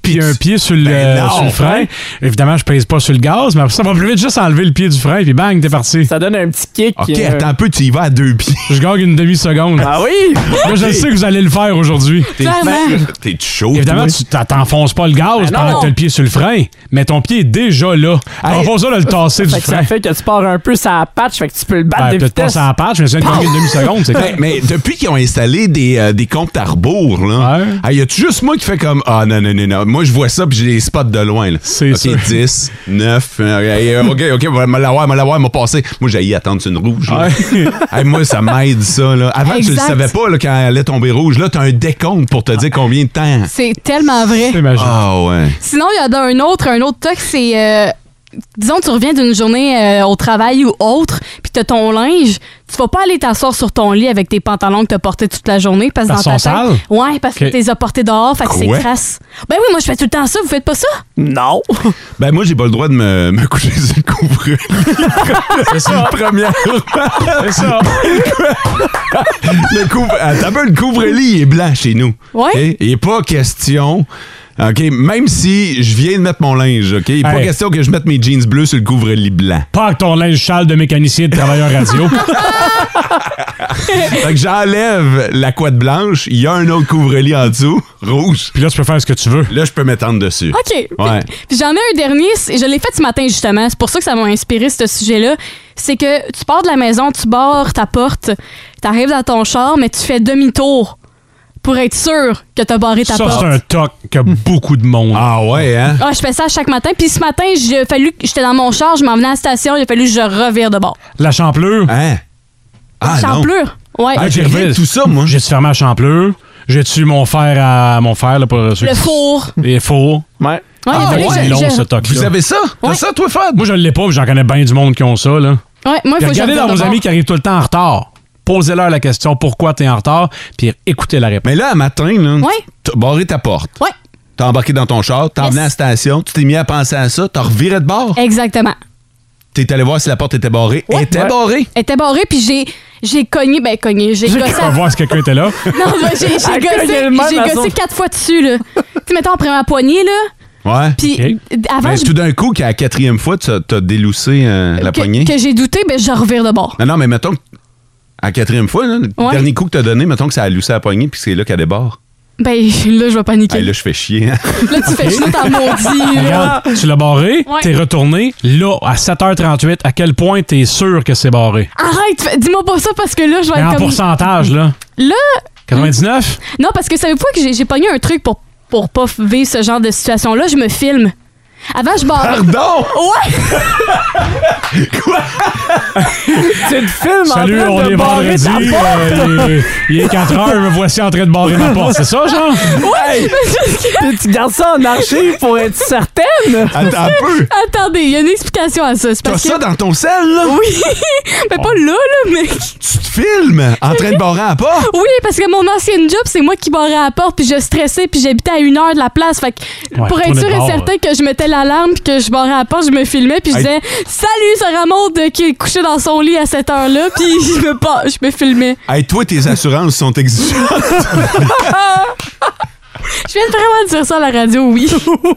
[SPEAKER 5] Puis un pied sur le,
[SPEAKER 3] Ben non.
[SPEAKER 5] sur le frein. Évidemment, je pèse pas sur le gaz, mais après ça ça va plus vite juste enlever le pied du frein, puis bang, t'es parti.
[SPEAKER 7] Ça donne un petit kick.
[SPEAKER 3] OK,
[SPEAKER 7] euh,
[SPEAKER 3] attends un peu, tu y vas à deux pieds. [LAUGHS]
[SPEAKER 5] Je gagne une demi-seconde.
[SPEAKER 7] Ah oui!
[SPEAKER 5] Moi, je le sais que vous allez le faire aujourd'hui.
[SPEAKER 7] Ben,
[SPEAKER 4] Clairement.
[SPEAKER 3] T'es chaud,
[SPEAKER 5] Évidemment,
[SPEAKER 3] toi?
[SPEAKER 5] tu t'en- t'enfonces pas le gaz
[SPEAKER 4] Ben
[SPEAKER 5] pendant
[SPEAKER 4] non.
[SPEAKER 5] que t'as le pied sur le frein, mais ton pied est déjà là. On
[SPEAKER 3] Hey.
[SPEAKER 5] va pas ça de le tasser du
[SPEAKER 7] Fait que ça
[SPEAKER 5] frein.
[SPEAKER 7] fait que tu pars un peu sa patch, fait que tu peux le battre
[SPEAKER 5] Ben,
[SPEAKER 7] de
[SPEAKER 5] Peut-être pas
[SPEAKER 7] vitesse.
[SPEAKER 5] ça en patch, mais c'est une gagner une demi-seconde, c'est
[SPEAKER 3] Mais,
[SPEAKER 5] clair.
[SPEAKER 3] Ben, mais depuis qu'ils ont installé des, euh, des comptes à rebours, là,
[SPEAKER 5] Ouais.
[SPEAKER 3] ah, y a-tu juste moi qui fais comme Ah non, non, non, non. Moi, je vois ça puis j'ai les spots de loin. là.
[SPEAKER 5] C'est
[SPEAKER 3] OK,
[SPEAKER 5] sûr.
[SPEAKER 3] 10, 9, euh, OK, OK, on va l'avoir, on va l'avoir, on va passer. Moi, j'ai y attendre sur une rouge. là.
[SPEAKER 5] Ouais.
[SPEAKER 3] [LAUGHS] Hey, moi, ça m'aide, ça. Là. Avant, je le
[SPEAKER 4] Exact.
[SPEAKER 3] savais pas là, quand elle allait tomber rouge. Là, t'as un décompte pour te dire combien de temps.
[SPEAKER 4] C'est tellement vrai.
[SPEAKER 5] [LAUGHS] C'est magique.
[SPEAKER 3] Ah ouais.
[SPEAKER 4] Sinon, il y en a un autre, un autre toc, c'est. euh, disons, tu reviens d'une journée euh, au travail ou autre, puis t'as ton linge, tu vas pas aller t'asseoir sur ton lit avec tes pantalons que t'as portés toute la journée parce que
[SPEAKER 5] Parce
[SPEAKER 4] dans ta
[SPEAKER 5] qu'ils sont
[SPEAKER 4] tête-
[SPEAKER 5] sales?
[SPEAKER 4] Ouais, parce
[SPEAKER 5] Ok.
[SPEAKER 4] que t'es as portés dehors, fait que c'est
[SPEAKER 3] Quoi?
[SPEAKER 4] crasse. Ben oui, moi je fais tout le temps ça, vous faites pas ça?
[SPEAKER 7] Non!
[SPEAKER 3] Ben, moi, j'ai pas le droit de me, me coucher sur le couvre
[SPEAKER 5] C'est ça.
[SPEAKER 3] [LAUGHS] Premièrement,
[SPEAKER 5] C'est ça.
[SPEAKER 3] le couvre Attends un peu, le couvre-lit il est blanc chez nous.
[SPEAKER 4] Ouais.
[SPEAKER 3] OK? Il n'est pas question. OK, même si je viens de mettre mon linge, OK? Il n'est pas
[SPEAKER 5] Hey.
[SPEAKER 3] question que je mette mes jeans bleus sur le couvre-lit blanc.
[SPEAKER 5] Pas avec ton linge sale de mécanicien et de travailleur
[SPEAKER 4] [LAUGHS]
[SPEAKER 5] radio.
[SPEAKER 3] Fait que j'enlève la couette blanche, il y a un autre couvre-lit en dessous, rouge.
[SPEAKER 5] Puis là, tu peux faire ce que tu veux.
[SPEAKER 3] Là, je peux m'étendre dessus.
[SPEAKER 4] OK.
[SPEAKER 3] Ouais.
[SPEAKER 4] Puis- [LAUGHS] Puis j'en ai un dernier, c'est- je l'ai fait ce matin justement, c'est pour ça que ça m'a inspiré ce sujet-là. C'est que tu pars de la maison, tu barres ta porte, t'arrives dans ton char, mais tu fais demi-tour. pour être sûr que t'as barré ta
[SPEAKER 5] Ça,
[SPEAKER 4] porte.
[SPEAKER 5] c'est un toc que beaucoup de monde.
[SPEAKER 3] Ah ouais, hein?
[SPEAKER 4] Ah, je fais ça chaque matin. Puis ce matin, j'ai fallu que j'étais dans mon char, je m'en venais à la station, il a fallu que je revire de bord.
[SPEAKER 5] La champlure?
[SPEAKER 3] Hein?
[SPEAKER 4] La champlure? Ouais.
[SPEAKER 3] Ah,
[SPEAKER 5] j'ai revu tout
[SPEAKER 3] ça, moi.
[SPEAKER 5] J'ai fermé la champlure. J'ai tué mon fer à mon fer, là, pour ceux
[SPEAKER 4] Le
[SPEAKER 5] qui-
[SPEAKER 4] four.
[SPEAKER 5] Les fours.
[SPEAKER 7] Ouais.
[SPEAKER 4] Ouais,
[SPEAKER 5] Ah,
[SPEAKER 4] il fallait
[SPEAKER 5] ouais,
[SPEAKER 4] que
[SPEAKER 5] c'est
[SPEAKER 4] je-
[SPEAKER 5] long,
[SPEAKER 4] je-
[SPEAKER 5] ce toc
[SPEAKER 3] Vous avez ça? T'as ça, toi, Fred?
[SPEAKER 5] Moi, je l'ai pas, puis j'en connais bien du monde qui ont ça, là.
[SPEAKER 4] Ouais, moi, il
[SPEAKER 5] Puis
[SPEAKER 4] faut que je
[SPEAKER 5] regardez
[SPEAKER 4] revire
[SPEAKER 5] dans
[SPEAKER 4] de
[SPEAKER 5] vos
[SPEAKER 4] bord.
[SPEAKER 5] amis qui arrivent tout le temps en retard. Posez-leur la question pourquoi t'es en retard, puis écoutez la réponse.
[SPEAKER 3] Mais là, à matin, là,
[SPEAKER 4] Ouais.
[SPEAKER 3] t'as barré ta porte.
[SPEAKER 4] Ouais.
[SPEAKER 3] T'as embarqué dans ton char, t'as emmené à la station, tu t'es mis à penser à ça, t'as reviré de bord.
[SPEAKER 4] Exactement.
[SPEAKER 3] T'es allé voir si la porte était barrée. Elle était barrée.
[SPEAKER 4] Elle était barrée, puis j'ai, j'ai cogné. Ben, cogné. J'ai gossé.
[SPEAKER 5] On va voir si quelqu'un était là.
[SPEAKER 4] [LAUGHS] Non, ben, j'ai, j'ai
[SPEAKER 7] Elle
[SPEAKER 4] gossé,
[SPEAKER 7] cognait le même
[SPEAKER 4] j'ai
[SPEAKER 7] à
[SPEAKER 4] gossé
[SPEAKER 7] son-
[SPEAKER 4] quatre fois dessus, là. tu sais, mettons, on prend ma poignée, là.
[SPEAKER 3] Ouais.
[SPEAKER 4] Puis, euh, avant,
[SPEAKER 3] Mais
[SPEAKER 4] je-
[SPEAKER 3] tout d'un coup, qu'à la quatrième fois, tu as, t'as déloussé euh, la poignée.
[SPEAKER 4] que, que j'ai douté, ben, je revire de bord.
[SPEAKER 3] Non, non, mais mettons que. À la quatrième fois, là, le
[SPEAKER 4] Ouais.
[SPEAKER 3] dernier coup que t'as donné, mettons que ça a loussé la poignée, puis c'est là qu'elle débarre.
[SPEAKER 4] Ben, là, je vais paniquer.
[SPEAKER 3] Hey, là, je fais chier. hein.
[SPEAKER 4] Là, tu fais chute en maudit, là.
[SPEAKER 5] Regarde, tu l'as barré,
[SPEAKER 4] Ouais.
[SPEAKER 5] t'es retourné. Là, à 7h38, à quel point t'es sûr que c'est barré?
[SPEAKER 4] Arrête, fais- dis-moi pas ça parce que là, je vais
[SPEAKER 5] Mais en
[SPEAKER 4] être comme.
[SPEAKER 5] pourcentage, là.
[SPEAKER 4] Là,
[SPEAKER 5] 99?
[SPEAKER 4] non, parce que ça veut pas que j'ai, j'ai pogné un truc pour, pour pas vivre ce genre de situation-là. Je me filme. Avant, je barre.
[SPEAKER 3] Pardon!
[SPEAKER 4] Ouais! [LAUGHS]
[SPEAKER 7] C'est le film
[SPEAKER 5] Salut,
[SPEAKER 7] en
[SPEAKER 5] on
[SPEAKER 7] train
[SPEAKER 5] est
[SPEAKER 7] de barrer
[SPEAKER 5] vendredi.
[SPEAKER 7] ta porte.
[SPEAKER 5] euh, il est- il est 4h, me voici en train de barrer ma porte. C'est ça, genre?
[SPEAKER 4] Ouais!
[SPEAKER 7] Puis tu gardes ça en archive pour être certaine.
[SPEAKER 3] Attends un peu!
[SPEAKER 4] Attendez, il y a une explication à ça. C'est
[SPEAKER 3] T'as
[SPEAKER 4] parce que.
[SPEAKER 3] ça dans ton sel, là?
[SPEAKER 4] Oui! mais pas là, là, mais. [LAUGHS]
[SPEAKER 3] Tu te filmes en train de barrer à la porte?
[SPEAKER 4] Oui, parce que mon ancienne job, c'est moi qui barrais à la porte, puis je stressais, puis j'habitais à une heure de la place. Fait que
[SPEAKER 5] Ouais,
[SPEAKER 4] pour être
[SPEAKER 5] tourner
[SPEAKER 4] sûr
[SPEAKER 5] de bord,
[SPEAKER 4] et certain que je mettais l'alarme, puis que je barrais à la porte, je me filmais, puis je
[SPEAKER 3] Hey.
[SPEAKER 4] disais Salut, Sarah Maud qui est couchée dans son lit à cette heure-là, puis [LAUGHS] je me, pas, je me filmais.
[SPEAKER 3] Hey, toi, tes assurances sont exigeantes.
[SPEAKER 4] [LAUGHS] Je viens de vraiment de dire ça à la radio, oui.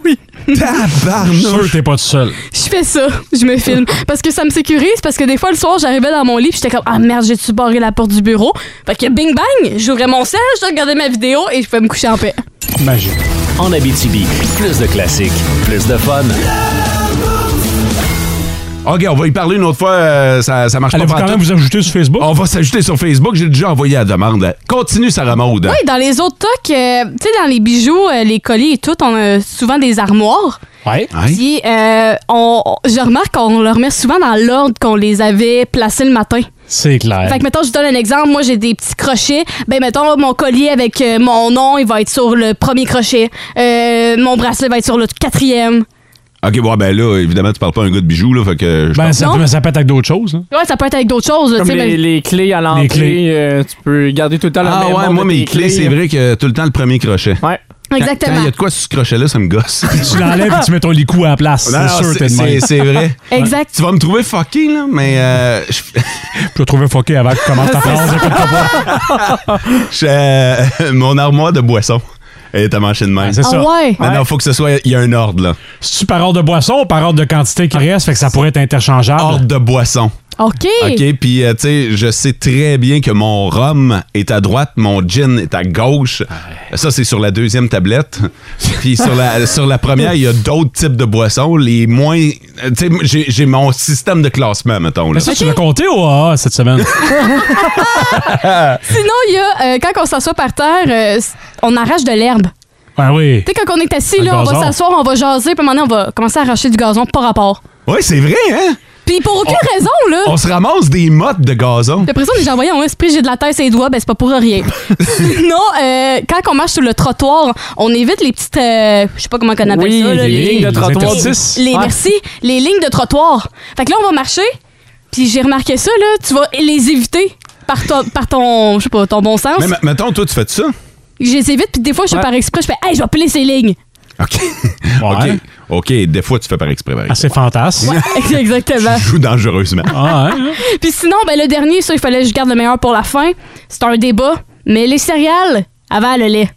[SPEAKER 4] oui.
[SPEAKER 5] Je suis
[SPEAKER 3] Tabarnouche!
[SPEAKER 5] sûr que t'es pas tout seul.
[SPEAKER 4] Je fais ça, je me filme. Parce que ça me sécurise, parce que des fois, le soir, j'arrivais dans mon lit, puis j'étais comme Ah merde, j'ai-tu barré la porte du bureau? Fait que bing bang, j'ouvrais mon sel, je regardais ma vidéo, et je pouvais me coucher en paix.
[SPEAKER 5] Magique.
[SPEAKER 2] En Abitibi, plus de classiques, plus de fun.
[SPEAKER 3] OK, on va y parler une autre fois. euh, ça, ça marche
[SPEAKER 5] Allez-vous
[SPEAKER 3] pas Oh.
[SPEAKER 5] quand même
[SPEAKER 3] partout.
[SPEAKER 5] vous ajouter sur Facebook?
[SPEAKER 3] On va s'ajouter sur Facebook. J'ai déjà envoyé la demande. Continue, Sarah Maud.
[SPEAKER 4] Oui, dans les autres tocs, euh, tu sais, dans les bijoux, euh, les colliers et tout, on a souvent des armoires.
[SPEAKER 5] Ouais.
[SPEAKER 3] Hein?
[SPEAKER 4] Puis, euh, on, je remarque qu'on leur met souvent dans l'ordre qu'on les avait placés le matin.
[SPEAKER 5] C'est clair.
[SPEAKER 4] Fait que, mettons, je vous donne un exemple. Moi, j'ai des petits crochets. Ben, mettons, mon collier avec euh, mon nom, il va être sur le premier crochet. Euh, mon bracelet va être sur le quatrième.
[SPEAKER 3] OK, bon, ben là, évidemment, tu parles pas à un gars de bijoux, là, fait que... je
[SPEAKER 5] Ben,
[SPEAKER 3] pense-
[SPEAKER 5] ça,
[SPEAKER 4] Non.
[SPEAKER 5] ça pète avec d'autres choses. hein.
[SPEAKER 4] Ouais, ça peut être avec d'autres choses, là, tu
[SPEAKER 7] Comme
[SPEAKER 4] sais, ben, mais-
[SPEAKER 7] les, les clés à
[SPEAKER 5] Les
[SPEAKER 7] l'entrée,
[SPEAKER 5] clés.
[SPEAKER 7] euh, tu peux garder tout le temps la
[SPEAKER 3] Ah
[SPEAKER 7] même
[SPEAKER 3] ouais,
[SPEAKER 7] nombre
[SPEAKER 3] moi,
[SPEAKER 7] de
[SPEAKER 3] mes
[SPEAKER 7] tes
[SPEAKER 3] clés, c'est vrai que tout le temps, le premier crochet.
[SPEAKER 7] hein. Ouais.
[SPEAKER 3] Quand- Quand
[SPEAKER 4] Exactement.
[SPEAKER 3] il y a de quoi sur ce crochet-là, ça me gosse.
[SPEAKER 5] Tu l'enlèves et tu mets ton licou à la place.
[SPEAKER 3] Non, non,
[SPEAKER 5] [LAUGHS] C'est sûr que
[SPEAKER 3] c'est-
[SPEAKER 5] t'es de
[SPEAKER 3] c'est
[SPEAKER 5] même.
[SPEAKER 3] c'est
[SPEAKER 5] [LAUGHS]
[SPEAKER 3] vrai.
[SPEAKER 4] Exact.
[SPEAKER 3] Tu vas me trouver fucking, là, mais euh, je- [LAUGHS]
[SPEAKER 5] Je vais trouver fucké avant que tu commences ta phrase. écoute pas.
[SPEAKER 3] je- euh, mon armoire de boisson est à mancher de même.
[SPEAKER 5] Ben, C'est
[SPEAKER 4] Ah
[SPEAKER 5] ça.
[SPEAKER 4] ouais.
[SPEAKER 3] Non, non, faut que ce soit... Il y a un ordre, là.
[SPEAKER 5] Si tu par ordre de boisson ou par ordre de quantité qui reste, fait que ça pourrait être interchangeable.
[SPEAKER 3] Ordre de boisson.
[SPEAKER 4] OK.
[SPEAKER 3] OK, puis euh, tu sais, je sais très bien que mon rhum est à droite, mon gin est à gauche. Ça, c'est sur la deuxième tablette. Puis sur la, sur la première, il y a d'autres types de boissons. Les moins. euh, Tu sais, j'ai- j'ai mon système de classement, mettons. Là.
[SPEAKER 5] Mais ça, tu l'as compté ou ah, cette semaine?
[SPEAKER 4] Sinon, il y a, euh, quand on s'assoit par terre, euh, s- on arrache de l'herbe.
[SPEAKER 5] Ah oui.
[SPEAKER 4] Tu sais, quand on est assis,
[SPEAKER 5] Un
[SPEAKER 4] là, on va
[SPEAKER 5] gazon.
[SPEAKER 4] s'asseoir, on va jaser, puis maintenant, on va commencer à arracher du gazon, pas rapport.
[SPEAKER 3] Oui, c'est vrai, hein?
[SPEAKER 4] Puis pour aucune raison, là.
[SPEAKER 3] On se ramasse des mottes de gazon.
[SPEAKER 4] J'ai l'impression que j'ai envoyé en esprit, j'ai de la tête et les doigts, ben c'est pas pour rien. Sinon, euh, quand on marche sur le trottoir, on évite les petites. euh, je sais pas comment on appelle
[SPEAKER 7] Oui,
[SPEAKER 4] ça, là,
[SPEAKER 7] les
[SPEAKER 4] les,
[SPEAKER 7] lignes de
[SPEAKER 5] les
[SPEAKER 7] trottoir.
[SPEAKER 5] interstices.
[SPEAKER 4] les-
[SPEAKER 7] Ouais.
[SPEAKER 4] merci, les lignes de trottoir. Fait que là, on va marcher, puis j'ai remarqué ça, là, tu vas les éviter par ton, par ton je sais pas, ton bon sens.
[SPEAKER 3] Mais ma- mettons, toi, tu fais de ça?
[SPEAKER 4] Je les évite, puis des fois, je fais
[SPEAKER 7] Ouais.
[SPEAKER 4] par exprès, je fais, hey, je vais piler ces
[SPEAKER 7] [LAUGHS]
[SPEAKER 4] lignes.
[SPEAKER 3] OK.
[SPEAKER 5] Ouais.
[SPEAKER 3] OK. OK, des fois, tu fais par exprès. par
[SPEAKER 5] Ah,
[SPEAKER 3] exemple.
[SPEAKER 5] c'est fantastique.
[SPEAKER 4] Exactement.
[SPEAKER 7] [LAUGHS]
[SPEAKER 3] Tu joues dangereusement.
[SPEAKER 5] Ah, hein?
[SPEAKER 4] Puis sinon, ben, le dernier, ça, il fallait que je garde le meilleur pour la fin. C'est un débat. Mais les céréales, avant le lait.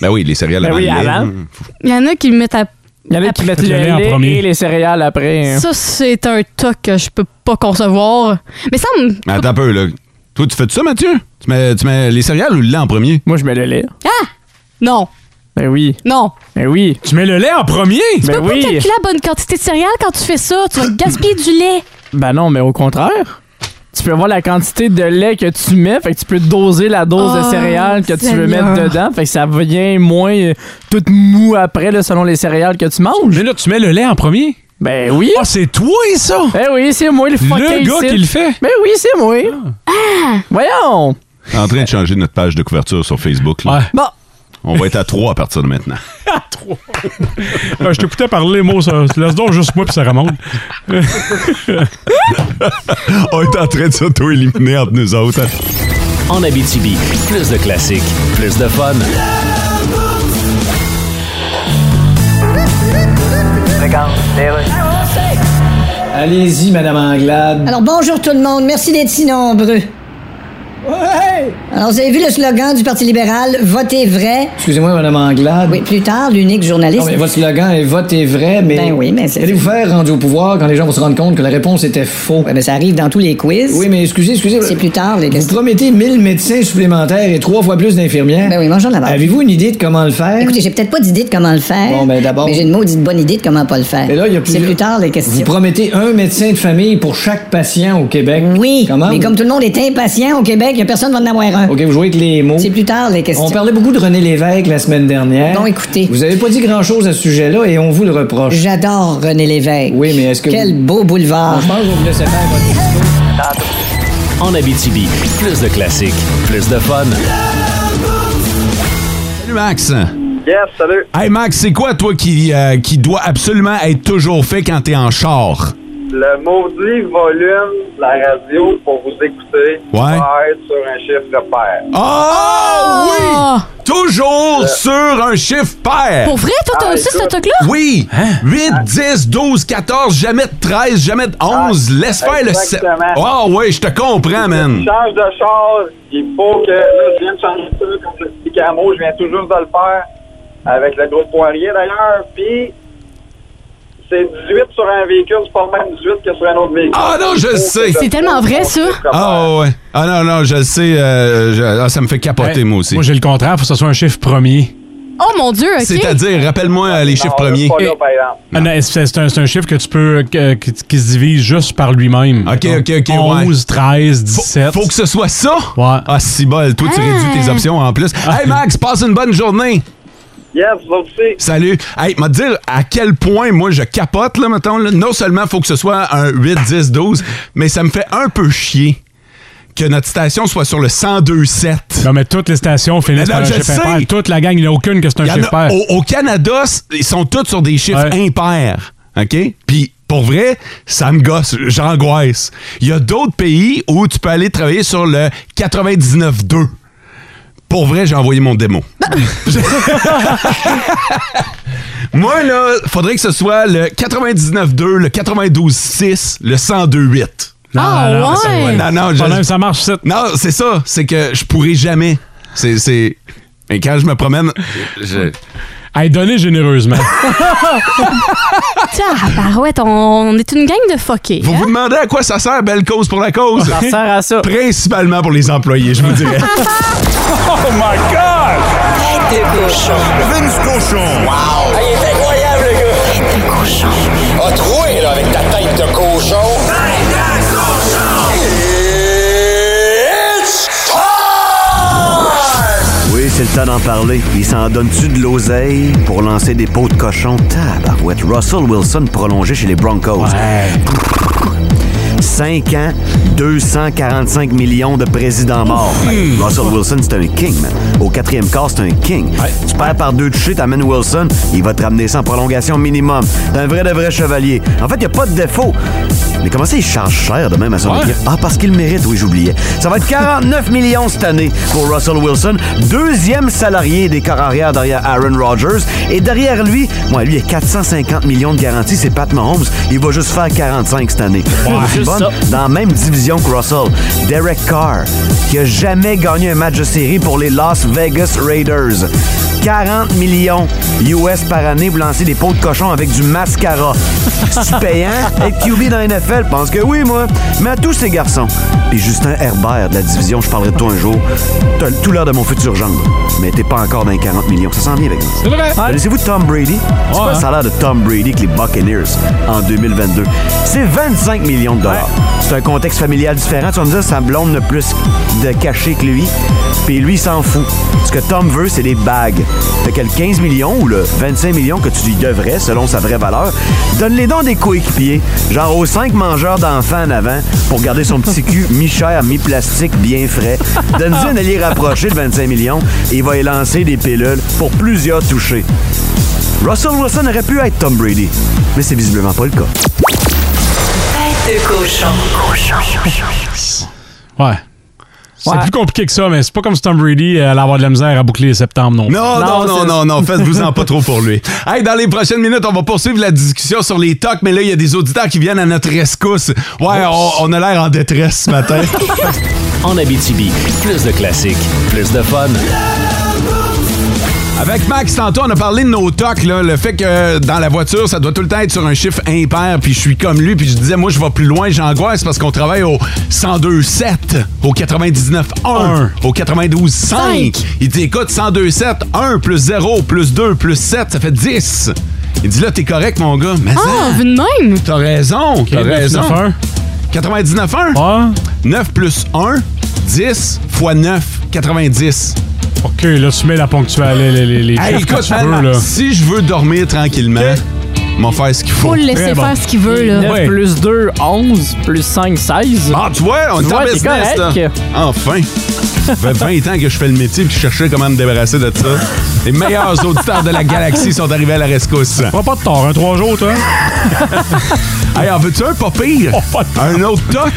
[SPEAKER 3] Ben oui, les céréales
[SPEAKER 7] Ben
[SPEAKER 3] avant
[SPEAKER 7] oui,
[SPEAKER 3] le lait.
[SPEAKER 7] avant.
[SPEAKER 4] Il y en a qui me mettent à.
[SPEAKER 7] Il y en a qui
[SPEAKER 4] Après-
[SPEAKER 7] mettent
[SPEAKER 5] Le
[SPEAKER 7] le
[SPEAKER 5] lait en
[SPEAKER 7] lait
[SPEAKER 5] premier.
[SPEAKER 7] et les céréales après. hein.
[SPEAKER 4] Ça, c'est un toc que je peux pas concevoir. Mais ça me.
[SPEAKER 3] Mais attends un peu, là. Toi, tu fais de ça, Mathieu? Tu mets, tu mets les céréales ou le lait en premier?
[SPEAKER 7] Moi, je mets le lait.
[SPEAKER 4] Ah! Non,
[SPEAKER 7] Ben oui.
[SPEAKER 4] non.
[SPEAKER 7] Ben oui.
[SPEAKER 5] Tu mets le lait en premier?
[SPEAKER 4] Tu
[SPEAKER 7] Ben
[SPEAKER 4] peux pas
[SPEAKER 7] oui.
[SPEAKER 4] calculer la bonne quantité de céréales quand tu fais ça. Tu vas gaspiller du lait.
[SPEAKER 7] Ben non, mais au contraire. tu peux voir la quantité de lait que tu mets. Fait que tu peux doser la dose de
[SPEAKER 12] Oh,
[SPEAKER 7] céréales que tu veux
[SPEAKER 12] Seigneur.
[SPEAKER 7] mettre dedans. Fait que ça vient moins euh, tout mou après, là, selon les céréales que tu manges. Mais
[SPEAKER 5] là, tu mets le lait en premier?
[SPEAKER 7] Ben oui.
[SPEAKER 5] Ah, c'est toi, ça!
[SPEAKER 7] Ben oui, c'est moi, le fucking
[SPEAKER 5] gars
[SPEAKER 7] ici.
[SPEAKER 5] qui le fait? Ah.
[SPEAKER 7] Ben oui, c'est moi.
[SPEAKER 12] Ah!
[SPEAKER 7] Voyons!
[SPEAKER 3] [LAUGHS] En train de changer notre page de couverture sur Facebook. là.
[SPEAKER 7] Bon.
[SPEAKER 3] On va être à trois à partir de maintenant.
[SPEAKER 5] Euh, je t'écoutais parler, moi, ça. Laisse donc juste moi, puis ça remonte.
[SPEAKER 3] [LAUGHS] On est en train de s'auto-éliminer entre nous autres.
[SPEAKER 2] En Abitibi, plus de classiques, plus de fun.
[SPEAKER 8] Allez-y, Madame Anglade.
[SPEAKER 13] Alors bonjour tout le monde, merci d'être si nombreux. Alors vous avez vu le slogan du Parti libéral, votez vrai.
[SPEAKER 8] Excusez-moi, Madame Anglade.
[SPEAKER 13] Oui, plus tard, l'unique journaliste.
[SPEAKER 8] Non, mais votre slogan est vote est vrai, mais.
[SPEAKER 13] Ben oui, mais c'est-
[SPEAKER 8] Allez vous faire rendu au pouvoir quand les gens vont se rendre compte que la réponse était faux.
[SPEAKER 13] Ouais, mais ça arrive dans tous les quiz.
[SPEAKER 8] Oui, mais excusez, excusez.
[SPEAKER 13] C'est plus tard, les
[SPEAKER 8] Vous promettez 1000 médecins supplémentaires et trois fois plus d'infirmières.
[SPEAKER 13] Ben oui, bonjour la barre.
[SPEAKER 8] Avez-vous une idée de comment le faire?
[SPEAKER 13] Écoutez, j'ai peut-être pas d'idée de comment le faire.
[SPEAKER 8] Bon, ben, d'abord-
[SPEAKER 13] Mais j'ai une maudite bonne idée de comment pas le faire.
[SPEAKER 8] Mais là, il y a plusieurs-
[SPEAKER 13] C'est plus tard, les questions.
[SPEAKER 8] Vous promettez un médecin de famille pour chaque patient au Québec.
[SPEAKER 13] Oui.
[SPEAKER 8] Comment?
[SPEAKER 13] Mais
[SPEAKER 8] vous-
[SPEAKER 13] comme tout le monde est impatient au Québec, y a personne va en avoir un.
[SPEAKER 8] OK, vous jouez avec les mots.
[SPEAKER 13] C'est plus tard, les questions.
[SPEAKER 8] On parlait beaucoup de René Lévesque la semaine dernière.
[SPEAKER 13] Non, écoutez.
[SPEAKER 8] Vous avez pas dit grand-chose à ce sujet-là et on vous le reproche.
[SPEAKER 13] J'adore René Lévesque. Oui, mais est-ce
[SPEAKER 8] que
[SPEAKER 13] Quel beau boulevard.
[SPEAKER 8] Je pense que vous me laissez faire votre discours.
[SPEAKER 2] En Abitibi, plus de classiques, plus de fun.
[SPEAKER 3] Salut Max.
[SPEAKER 14] Yes, salut.
[SPEAKER 3] Hey Max, c'est quoi toi qui, euh, qui doit absolument être toujours fait quand t'es en char?
[SPEAKER 14] Le maudit volume de la radio pour vous écouter
[SPEAKER 3] Ouais.
[SPEAKER 14] va Ah, être sur un chiffre de pair.
[SPEAKER 3] Ah
[SPEAKER 4] Oh.
[SPEAKER 3] oui!
[SPEAKER 14] Euh.
[SPEAKER 3] Toujours sur un chiffre pair!
[SPEAKER 14] Pour vrai, toi, t'as Ah, aussi ce écoute. truc-là?
[SPEAKER 3] Oui! 8, 10, 12, 14, jamais de 13, jamais de 11. Laisse faire le 7.
[SPEAKER 14] exactement.
[SPEAKER 3] Ah oui, je te comprends, man.
[SPEAKER 14] Change de char, il faut que. Là, je viens de changer ça, comme je l'expliquais à Mo, je viens tout juste de le faire avec le groupe Poirier d'ailleurs. Puis, c'est 18 sur un véhicule, c'est pas le même 18 que sur un autre véhicule.
[SPEAKER 3] Ah non, je le sais!
[SPEAKER 4] C'est tellement vrai, ça.
[SPEAKER 3] Ah ouais. Ah non, non, je le sais. euh, je- ah, ça me fait capoter, moi aussi.
[SPEAKER 5] Moi, j'ai le contraire, faut que ce soit un chiffre premier.
[SPEAKER 4] Oh mon Dieu, OK.
[SPEAKER 3] C'est-à-dire, rappelle-moi euh, les chiffres premiers.
[SPEAKER 5] Ah non, c'est c'est un, c'est un chiffre que tu peux. que- qui, qui se divise juste par lui-même.
[SPEAKER 3] Ok,
[SPEAKER 5] Donc,
[SPEAKER 3] ok, ok.
[SPEAKER 5] 11, 13, 17.
[SPEAKER 3] Faut que ce soit ça?
[SPEAKER 5] Ouais. Ah.
[SPEAKER 3] Ah, si bol. Toi, tu réduis
[SPEAKER 14] Ah.
[SPEAKER 3] tes options en plus. Hey, Max, passe une bonne journée.
[SPEAKER 14] Yes, vous aussi.
[SPEAKER 3] Salut. Hey, m'a dire à quel point moi je capote, là, mettons. là. Non seulement faut que ce soit un 8, 10, 12, mais ça me fait un peu chier que notre station soit sur le 102.7.
[SPEAKER 5] Non, mais toutes les stations finissent
[SPEAKER 3] Mais non,
[SPEAKER 5] par un
[SPEAKER 3] je
[SPEAKER 5] chiffre
[SPEAKER 3] sais.
[SPEAKER 5] impair. Toute la gang, il n'y en a aucune que c'est un
[SPEAKER 3] Il y en
[SPEAKER 5] chiffre
[SPEAKER 3] a-
[SPEAKER 5] pair.
[SPEAKER 3] au, au Canada, c- ils sont tous sur des chiffres impairs. OK? Puis, pour vrai, ça me gosse. J'angoisse. Il y a d'autres pays où tu peux aller travailler sur le 99.2. Pour vrai, j'ai envoyé mon démo. Moi, là, faudrait que ce soit le 99.2, le 92.6, le 102.8.
[SPEAKER 5] Non, Ah, non, non, ouais.
[SPEAKER 3] non, non,
[SPEAKER 5] Pas même,
[SPEAKER 3] ça
[SPEAKER 5] marche
[SPEAKER 3] Non, c'est ça, c'est que je pourrais jamais. C'est, c'est. Mais quand je me promène, je-
[SPEAKER 5] Hey, donnez généreusement.
[SPEAKER 4] Tiens, ah, parouette, on, on est une gang de fuckés.
[SPEAKER 3] Vous
[SPEAKER 4] hein?
[SPEAKER 3] vous demandez à quoi ça sert, belle cause pour la cause?
[SPEAKER 4] Ça sert
[SPEAKER 7] à
[SPEAKER 3] [LAUGHS]
[SPEAKER 7] ça.
[SPEAKER 3] Principalement pour les employés, je vous
[SPEAKER 4] [LAUGHS]
[SPEAKER 3] dirais.
[SPEAKER 10] Oh my god! Tête de cochon. Vince cochon. Wow! Ah, il est incroyable, le gars! Tête de cochon. A troué, là, avec ta tête de cochon. Tête de cochon! It's
[SPEAKER 15] Oui, c'est le temps d'en parler. Il s'en donne-tu de l'oseille pour lancer des pots de cochon? Tabarouette. Russell Wilson prolongé chez les Broncos. 5 ans, 245 millions de présidents morts. Ben,
[SPEAKER 16] Hmm.
[SPEAKER 15] Russell Wilson, c'est un king, man. Au quatrième quart, c'est un king. Tu perds par deux touchés, t'amènes Wilson, il va te ramener sans prolongation minimum. T'es un vrai de vrai chevalier. En fait, il a pas de défaut. Mais comment ça, il charge cher de même à son
[SPEAKER 16] Ouais.
[SPEAKER 15] équipe? Ah, parce qu'il le mérite, oui, j'oubliais. Ça va être 49 [LAUGHS] millions cette année pour Russell Wilson, deuxième salarié des corps arrière derrière Aaron Rodgers. Et derrière lui, moi, lui, il y a 450 millions de garanties, c'est Pat Mahomes. Il va juste faire 45 cette année.
[SPEAKER 16] Ouais,
[SPEAKER 15] C'est
[SPEAKER 16] juste
[SPEAKER 15] bon.
[SPEAKER 16] ça.
[SPEAKER 15] Dans la même division que Russell, Derek Carr, qui a jamais gagné un match de série pour les Las Vegas Raiders.
[SPEAKER 2] [LAUGHS]
[SPEAKER 15] 40 millions US par année pour lancer des pots de cochon avec du mascara.
[SPEAKER 2] C'est payant. Être QB dans la NFL, pense que oui, moi. Mais à tous ces garçons, puis Justin Herbert de la division, je parlerai de toi un jour, t'as tout l'air de mon futur gendre. Mais t'es pas encore dans les 40 millions. Ça s'en vient avec ça.
[SPEAKER 17] C'est vrai.
[SPEAKER 2] Connaissez-vous Tom Brady? C'est quoi
[SPEAKER 17] Ouais,
[SPEAKER 2] le
[SPEAKER 17] hein.
[SPEAKER 2] salaire de Tom Brady que les Buccaneers en 2022? C'est 25 millions de dollars. C'est un contexte familial différent. Tu vas me dire, sa blonde n'a plus de cachet que lui. Puis lui, il s'en fout. Ce que Tom veut, c'est des bagues. Fait que le 15 millions ou le 25 millions que tu lui devrais, selon sa vraie valeur, donne les dons des coéquipiers, genre aux 5 mangeurs d'enfants en avant, pour garder son petit cul mi-cher, mi-plastique, bien frais. Donne-lui un allié rapproché de 25 millions et il va y lancer des pilules pour plusieurs touchés. Russell Wilson aurait pu être Tom Brady, mais c'est visiblement pas le cas.
[SPEAKER 17] Tête de cochon.
[SPEAKER 5] Ouais. C'est
[SPEAKER 17] Ouais.
[SPEAKER 5] plus compliqué que ça, mais c'est pas comme si Tom Brady euh, allait avoir de la misère à boucler les septembre non plus.
[SPEAKER 3] Non, non, non, non, non, faites-vous-en pas trop pour lui. Hey, dans les prochaines minutes, on va poursuivre la discussion sur les tocs, mais là, il y a des auditeurs qui viennent à notre rescousse. Ouais, on, on a l'air en détresse ce matin.
[SPEAKER 4] [LAUGHS]
[SPEAKER 18] en Abitibi, plus de classiques, plus de fun.
[SPEAKER 3] Avec Max, tantôt, on a parlé de nos tocs, là, le fait que euh, dans la voiture, ça doit tout le temps être sur un chiffre impair, puis je suis comme lui, puis je disais, moi, je vais plus loin, j'angoisse parce qu'on travaille au 102.7, au 99.1, au 92.5. Il dit, écoute, 102.7, 1 plus 0 plus 2 plus 7, ça fait 10. Il dit, là, t'es correct, mon gars. Mais
[SPEAKER 4] Ah,
[SPEAKER 3] ça,
[SPEAKER 4] vu de même.
[SPEAKER 3] T'as raison, t'as raison.
[SPEAKER 5] 99.1.
[SPEAKER 3] 99.1? 9 plus 1, 10 fois 9, 90.
[SPEAKER 5] OK, là, tu mets la ponctuelle, les, les, les, les
[SPEAKER 3] Hey,
[SPEAKER 5] chiffres que
[SPEAKER 3] écoute,
[SPEAKER 5] tu veux,
[SPEAKER 3] man,
[SPEAKER 5] là.
[SPEAKER 3] si je veux dormir tranquillement, m'en faire ce qu'il faut.
[SPEAKER 4] Faut le laisser faire ce qu'il veut, là.
[SPEAKER 7] 9 plus 2, 11, plus 5, 16.
[SPEAKER 3] Ah, tu vois, on est en
[SPEAKER 7] ouais,
[SPEAKER 3] business,
[SPEAKER 7] t'es correct.
[SPEAKER 3] là. Enfin. Ça [LAUGHS] fait 20 ans que je fais le métier et que je cherchais comment me débarrasser de ça. Les [LAUGHS] meilleurs auditeurs de la galaxie sont arrivés à la rescousse.
[SPEAKER 5] Prends pas de tort, un trois jours, toi.
[SPEAKER 3] hey, en veux-tu un Oh, pas pire? un autre toc?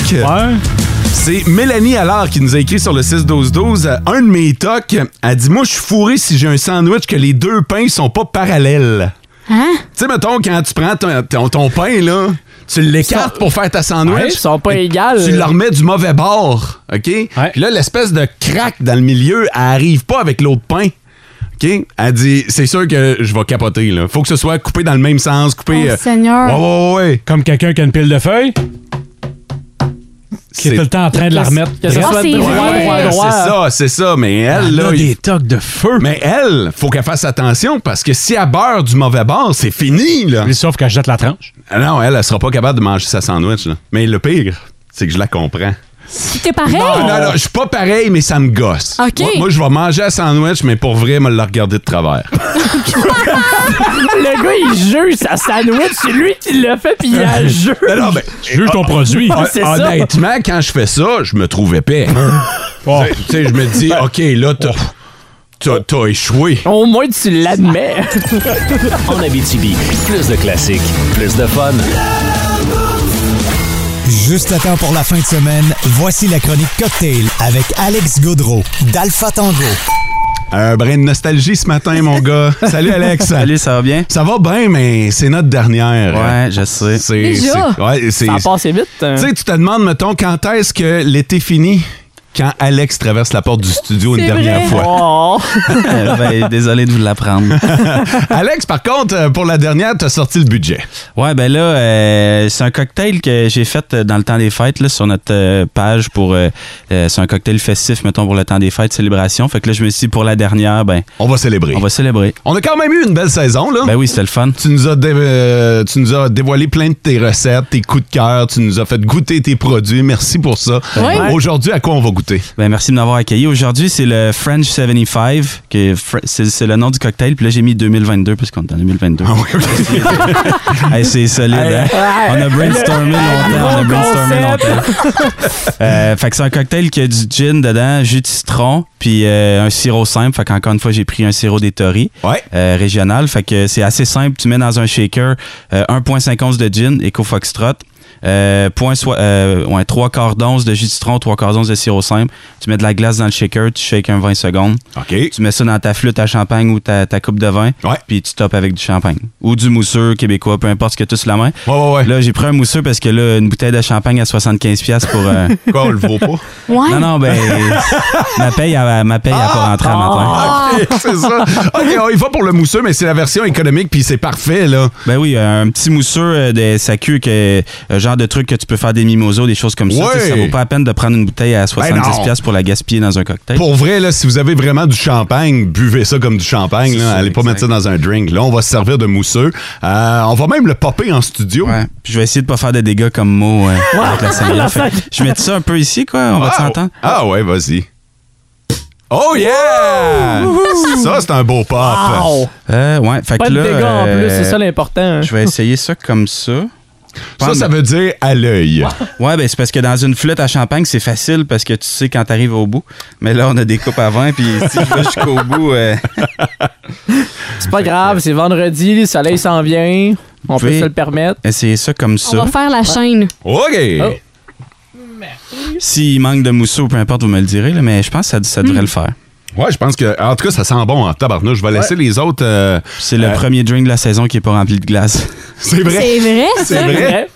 [SPEAKER 3] C'est Mélanie Allard qui nous a écrit sur le 6-12-12. euh, Un de mes tocs, elle dit Moi, je suis fourré si j'ai un sandwich que les deux pains sont pas parallèles.
[SPEAKER 4] Hein?
[SPEAKER 3] Tu sais, mettons, quand tu prends ton, ton- ton pain, là, tu l'écartes pour faire ta sandwich.
[SPEAKER 7] Ouais, ils sont pas
[SPEAKER 3] Et
[SPEAKER 7] égales.
[SPEAKER 3] Tu le remets du mauvais bord, OK? Puis là, l'espèce de craque dans le milieu, elle arrive pas avec l'autre pain. OK? Elle dit, c'est sûr que je vais capoter, là. Faut que ce soit coupé dans le même sens, coupé...
[SPEAKER 4] Oh,
[SPEAKER 3] euh,
[SPEAKER 4] Seigneur.
[SPEAKER 3] Ouais, ouais, ouais, ouais.
[SPEAKER 5] Comme quelqu'un qui a une pile de feuilles.
[SPEAKER 3] Qui
[SPEAKER 5] est tout le temps en train de la remettre.
[SPEAKER 7] Que ce
[SPEAKER 5] Ah,
[SPEAKER 7] soit
[SPEAKER 5] c'est
[SPEAKER 7] droit,
[SPEAKER 5] vrai.
[SPEAKER 7] droit, droit, droit.
[SPEAKER 3] C'est ça, c'est ça. Mais elle,
[SPEAKER 5] Elle
[SPEAKER 3] là.
[SPEAKER 5] a
[SPEAKER 3] il-
[SPEAKER 5] des tocs de feu.
[SPEAKER 3] Mais elle, faut qu'elle fasse attention parce que si elle beurre du mauvais bord, c'est fini, là. Ah
[SPEAKER 5] sauf qu'elle jette la tranche.
[SPEAKER 3] Non, elle, elle sera pas capable de manger sa sandwich, là. Mais le pire, c'est que je la comprends.
[SPEAKER 4] T'es pareil?
[SPEAKER 3] Non, non, non, je suis pas pareil, mais ça me gosse.
[SPEAKER 4] OK.
[SPEAKER 3] Moi, moi, je vais manger un sandwich, mais pour vrai, me le regarder de travers.
[SPEAKER 7] le gars, il juge sa sandwich. C'est lui qui l'a fait, puis il
[SPEAKER 5] [LAUGHS]
[SPEAKER 7] la juge.
[SPEAKER 3] Non, non, mais-
[SPEAKER 5] Juge ton
[SPEAKER 3] Hon-
[SPEAKER 5] produit. Ah, ben,
[SPEAKER 3] hon-
[SPEAKER 7] C'est ça.
[SPEAKER 3] [LAUGHS] Honnêtement, quand je fais ça, je me trouve épais. Tu sais, Tu sais, je me dis, OK, là, t'as- t'as t'as échoué.
[SPEAKER 7] Au moins, tu l'admets.
[SPEAKER 18] En Abitibi, plus de classiques, plus de fun.
[SPEAKER 19] Juste à temps pour la fin de semaine, voici la chronique Cocktail avec Alex Gaudreau d'Alpha Tango.
[SPEAKER 3] Un brin de nostalgie ce matin, mon gars. Salut, Alex.
[SPEAKER 20] Salut, ça va bien?
[SPEAKER 3] Ça va bien, mais c'est notre dernière. hein.
[SPEAKER 20] Ouais, je sais.
[SPEAKER 3] C'est,
[SPEAKER 20] Déjà?
[SPEAKER 3] c'est- ouais, c'est-
[SPEAKER 7] Ça a passé vite. hein.
[SPEAKER 3] Tu sais, tu te demandes, mettons, quand est-ce que l'été finit? Quand Alex traverse la porte du studio une
[SPEAKER 7] C'est
[SPEAKER 3] dernière
[SPEAKER 7] vrai.
[SPEAKER 3] fois.
[SPEAKER 7] Oh.
[SPEAKER 20] Euh, ben, désolé de vous l'apprendre.
[SPEAKER 3] Alex, par contre, euh, pour la dernière, t'as sorti le budget.
[SPEAKER 20] Ouais, ben là, euh, c'est un cocktail que j'ai fait euh, dans le temps des fêtes là, sur notre euh, page pour. euh, euh, c'est un cocktail festif, mettons, pour le temps des fêtes, célébration. Fait que là, je me suis dit, pour la dernière, ben.
[SPEAKER 3] On va célébrer.
[SPEAKER 20] On va célébrer.
[SPEAKER 3] On a quand même eu une belle saison, là.
[SPEAKER 20] Ben oui, c'était le fun.
[SPEAKER 3] Tu nous, as dé- euh, tu nous as dévoilé plein de tes recettes, tes coups de cœur, tu nous as fait goûter tes produits. Merci pour ça.
[SPEAKER 20] Ouais.
[SPEAKER 3] Aujourd'hui, à quoi on va goûter?
[SPEAKER 20] Ben, merci de m'avoir accueilli. Aujourd'hui, c'est le French 75, que Fr- c'est c'est le nom du cocktail. Puis là, j'ai mis 2022 parce qu'on est en 2022. [LAUGHS] Hey, c'est solide. hein? On a brainstormé longtemps. On a brainstormé longtemps. Euh, fait que c'est un cocktail qui a du gin dedans, jus de citron, puis euh, un sirop simple. Fait qu'encore une fois, j'ai pris un sirop des tories euh, régional. Fait que c'est assez simple. Tu mets dans un shaker euh, 1,5 once de gin, Eco Foxtrot.
[SPEAKER 5] Euh, point soi- euh, ouais, trois quarts d'once de jus de citron, trois quarts d'once de sirop simple. Tu mets de la glace dans le shaker, tu shakes un 20 secondes.
[SPEAKER 20] Euh,
[SPEAKER 5] Tu mets ça dans ta flûte à champagne ou ta, ta coupe de vin. Puis tu topes avec du champagne. Ou du mousseux québécois, peu importe ce que tu as sur la main. Là, j'ai pris un mousseux parce que là, une bouteille de champagne à 75$ pour. euh,
[SPEAKER 3] Quoi, on le vaut pas?
[SPEAKER 4] Ouais.
[SPEAKER 5] Non, non, ben. ma paye, elle- ma paye, elle a pas rentré à
[SPEAKER 3] Ah.
[SPEAKER 5] matin.
[SPEAKER 3] [LAUGHS] Ok, c'est ça. OK, on y va pour le mousseux, mais c'est la version économique, puis c'est parfait, là.
[SPEAKER 5] Ben oui, euh, un petit mousseux euh, de SAQ, que, euh, genre de truc que tu peux faire des mimosos, des choses comme ça.
[SPEAKER 3] Ouais. Ben
[SPEAKER 5] Tu sais, Ça vaut pas la peine de prendre une bouteille à 70$ piastres pour la gaspiller dans un cocktail.
[SPEAKER 3] Pour vrai, là, si vous avez vraiment du champagne, buvez ça comme du champagne. Là. Allez pas mettre ça dans un drink. Là, on va se servir de mousseux. Euh, on va même le popper en studio.
[SPEAKER 5] Puis je vais essayer de pas faire de dégâts comme mot euh, avec la sangria. Fait que je mets ça un peu ici, quoi. On va
[SPEAKER 3] Ah,
[SPEAKER 5] s'entendre.
[SPEAKER 3] Ah ouais, vas-y. Oh yeah! Ça, c'est un beau pop.
[SPEAKER 7] Wow!
[SPEAKER 5] Euh, ouais, fait
[SPEAKER 7] Pas
[SPEAKER 5] que
[SPEAKER 7] de
[SPEAKER 5] là.
[SPEAKER 7] dégâts en plus,
[SPEAKER 5] euh,
[SPEAKER 7] c'est ça l'important. hein.
[SPEAKER 5] Je vais essayer ça comme ça.
[SPEAKER 3] Ça, ça veut dire à l'œil.
[SPEAKER 5] Ouais, ben c'est parce que dans une flûte à champagne, c'est facile parce que tu sais quand t'arrives au bout. Mais là, on a des coupes avant, puis si je vais jusqu'au bout. euh,
[SPEAKER 7] C'est pas grave, c'est vendredi, le soleil s'en vient. On peut
[SPEAKER 5] pouvez
[SPEAKER 7] se le permettre.
[SPEAKER 5] Essayez ça comme ça.
[SPEAKER 4] On va faire la chaîne.
[SPEAKER 3] OK!
[SPEAKER 5] S'il manque de mousseau, peu importe, vous me le direz, là, mais je pense que ça, ça devrait le faire.
[SPEAKER 3] Ouais, je pense que. En tout cas, ça sent bon en tabarnouche. Je vais laisser les autres. euh,
[SPEAKER 5] C'est le premier drink de la saison qui n'est pas rempli de glace.
[SPEAKER 3] [LAUGHS] C'est vrai.
[SPEAKER 4] C'est vrai,
[SPEAKER 3] C'est
[SPEAKER 4] ça?
[SPEAKER 3] vrai.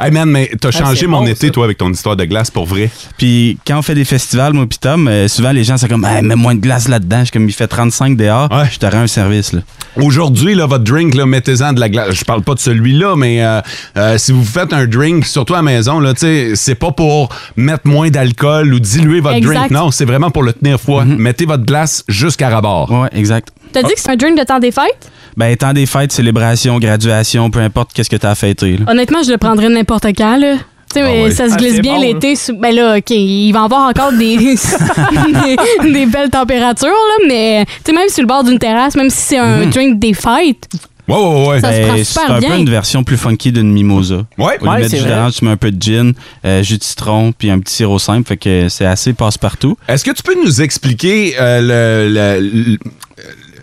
[SPEAKER 3] Hey man, mais t'as
[SPEAKER 5] Ah,
[SPEAKER 3] changé
[SPEAKER 5] c'est
[SPEAKER 3] mon
[SPEAKER 5] bon,
[SPEAKER 3] été, toi, avec ton histoire de glace pour vrai.
[SPEAKER 5] Puis quand on fait des festivals, moi, pis Tom, euh, souvent les gens, c'est comme, Hey, mets moins de glace là-dedans. Je suis comme, il fait 35 dehors, je te rends un service. Là.
[SPEAKER 3] Aujourd'hui, là, votre drink, là, mettez-en de la glace. Je parle pas de celui-là, mais euh, euh, si vous faites un drink, surtout à la maison, là, tu sais, c'est pas pour mettre moins d'alcool ou diluer votre
[SPEAKER 4] Exact.
[SPEAKER 3] drink. Non, c'est vraiment pour le tenir froid.
[SPEAKER 5] Mhm.
[SPEAKER 3] Mettez votre glace jusqu'à rabord.
[SPEAKER 5] Ouais, exact.
[SPEAKER 4] T'as dit que c'est un drink de temps des fêtes?
[SPEAKER 5] Ben, temps des fêtes, célébration, graduation, peu importe qu'est-ce que t'as fêté. Là.
[SPEAKER 4] Honnêtement, je le prendrais n'importe quand, là. Tu sais, mais
[SPEAKER 5] ouais.
[SPEAKER 4] ça se
[SPEAKER 5] Ah,
[SPEAKER 4] glisse
[SPEAKER 5] c'est
[SPEAKER 4] bien
[SPEAKER 5] bon,
[SPEAKER 4] l'été. sous- Ben là, OK, il va y avoir encore des, [LAUGHS] des, des belles températures, là, mais tu sais, même sur le bord d'une terrasse, même si c'est un
[SPEAKER 5] Mhm.
[SPEAKER 4] drink des fêtes,
[SPEAKER 3] Ouais, ouais, ouais.
[SPEAKER 4] Ça se
[SPEAKER 5] Ben,
[SPEAKER 4] prend Ah, super
[SPEAKER 5] c'est un
[SPEAKER 4] bien.
[SPEAKER 5] peu une version plus funky d'une mimosa.
[SPEAKER 3] Ouais,
[SPEAKER 5] Au lieu de
[SPEAKER 3] ouais,
[SPEAKER 5] mettre
[SPEAKER 3] c'est
[SPEAKER 5] du jus
[SPEAKER 3] vrai.
[SPEAKER 5] d'orange, tu mets un peu de gin, euh, jus de citron, puis un petit sirop simple. Fait que c'est assez passe-partout.
[SPEAKER 3] Est-ce que tu peux nous expliquer euh, le- le- le-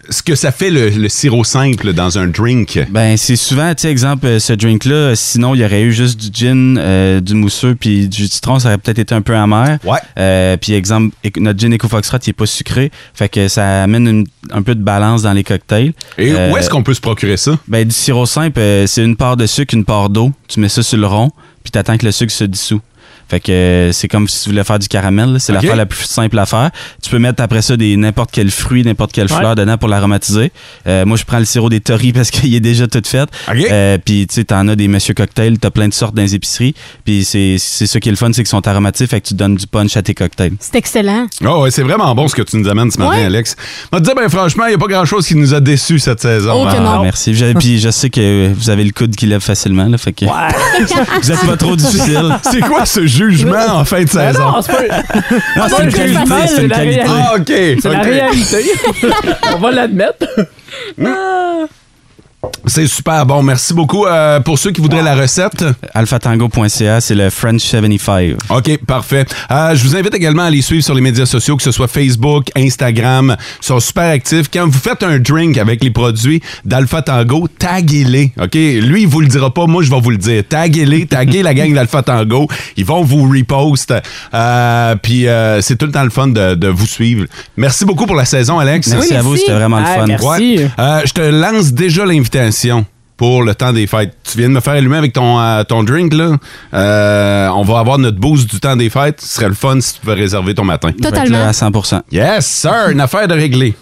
[SPEAKER 3] ce que ça fait le, le sirop simple dans un drink?
[SPEAKER 5] Ben, c'est souvent, tu sais, exemple, euh, ce drink-là, euh, sinon, il y aurait eu juste du gin, euh, du mousseux, puis du jus de citron, ça aurait peut-être été un peu amer.
[SPEAKER 3] Ouais.
[SPEAKER 5] puis, exemple, éc- notre gin Eco Foxtrot, il n'est pas sucré. Fait que ça amène une- un peu de balance dans les cocktails.
[SPEAKER 3] Et où
[SPEAKER 5] Euh,
[SPEAKER 3] est-ce qu'on peut se procurer ça?
[SPEAKER 5] Ben, du sirop simple, euh, c'est une part de sucre, une part d'eau. Tu mets ça sur le rond, puis t'attends que le sucre se dissout. Fait que euh, c'est comme si tu voulais faire du caramel. là. C'est
[SPEAKER 3] Ok.
[SPEAKER 5] l'affaire la plus simple à faire. Tu peux mettre après ça des n'importe quel fruit, n'importe quelle
[SPEAKER 3] Ouais.
[SPEAKER 5] fleur dedans pour l'aromatiser. Euh, moi, je prends le sirop des tories [LAUGHS] parce qu'il est déjà tout fait. Euh, puis tu sais, t'en as des Monsieur Cocktail, t'as plein de sortes dans les épiceries. Puis c'est c'est ça qui est le fun, c'est qu'ils sont aromatifs, fait que tu donnes du punch à tes cocktails.
[SPEAKER 4] c'est excellent.
[SPEAKER 3] Oh, ouais, c'est vraiment bon ce que tu nous amènes ce matin,
[SPEAKER 4] Ouais.
[SPEAKER 3] Alex. On va te dire, ben, franchement, il n'y a pas grand-chose qui nous a déçus cette saison. hein.
[SPEAKER 4] Oh que non.
[SPEAKER 5] Ah, Merci. Je- Puis je sais que vous avez le coude qui lève facilement, là, fait que vous êtes pas trop difficile.
[SPEAKER 3] [LAUGHS] C'est quoi ce jugement en fin de
[SPEAKER 7] Ben
[SPEAKER 5] Mais
[SPEAKER 3] saison?
[SPEAKER 5] non, c'est [LAUGHS] pas- Non, c'est une
[SPEAKER 7] C'est
[SPEAKER 5] qualité,
[SPEAKER 7] facile,
[SPEAKER 5] c'est une
[SPEAKER 7] la
[SPEAKER 5] qualité.
[SPEAKER 7] réalité.
[SPEAKER 3] Ah, ok,
[SPEAKER 7] C'est la
[SPEAKER 3] ok.
[SPEAKER 7] réalité.
[SPEAKER 5] [LAUGHS]
[SPEAKER 7] On va l'admettre.
[SPEAKER 3] C'est super bon. Merci beaucoup. Euh, pour ceux qui voudraient la recette,
[SPEAKER 5] alphatango.ca, c'est le French 75.
[SPEAKER 3] OK, parfait. Euh, je vous invite également à les suivre sur les médias sociaux, que ce soit Facebook, Instagram. Ils sont super actifs. Quand vous faites un drink avec les produits d'Alpha Tango, taguez-les. OK? Lui, il vous le dira pas. Moi, je vais vous le dire. Taguez-les. Taguez la gang d'Alpha Tango. Ils vont vous repost. Euh, Puis euh, c'est tout le temps le fun de, de vous suivre. Merci beaucoup pour la saison, Alex.
[SPEAKER 5] Merci Oui, à vous, merci. c'était vraiment le Ah, fun. merci.
[SPEAKER 3] Euh, je te lance déjà l'invitation pour le temps des fêtes. Tu viens de me faire allumer avec ton, euh, ton drink, là. Euh, on va avoir notre boost du temps des fêtes. Ce serait le fun si tu pouvais réserver ton matin.
[SPEAKER 4] Totalement. Je vais être là à
[SPEAKER 5] 100%.
[SPEAKER 3] Yes, sir! Une affaire de régler.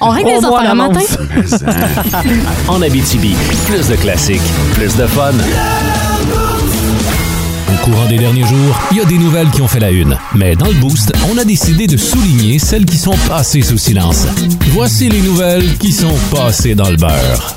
[SPEAKER 4] On règle
[SPEAKER 21] On
[SPEAKER 4] les
[SPEAKER 21] voit
[SPEAKER 4] affaires le matin.
[SPEAKER 21] l'annonce.
[SPEAKER 22] En Abitibi, plus de classiques, plus de fun.
[SPEAKER 2] Au courant des derniers jours, il y a des nouvelles qui ont fait la une. Mais dans le Boost, on a décidé de souligner celles qui sont passées sous silence. Voici les nouvelles qui sont passées dans le beurre.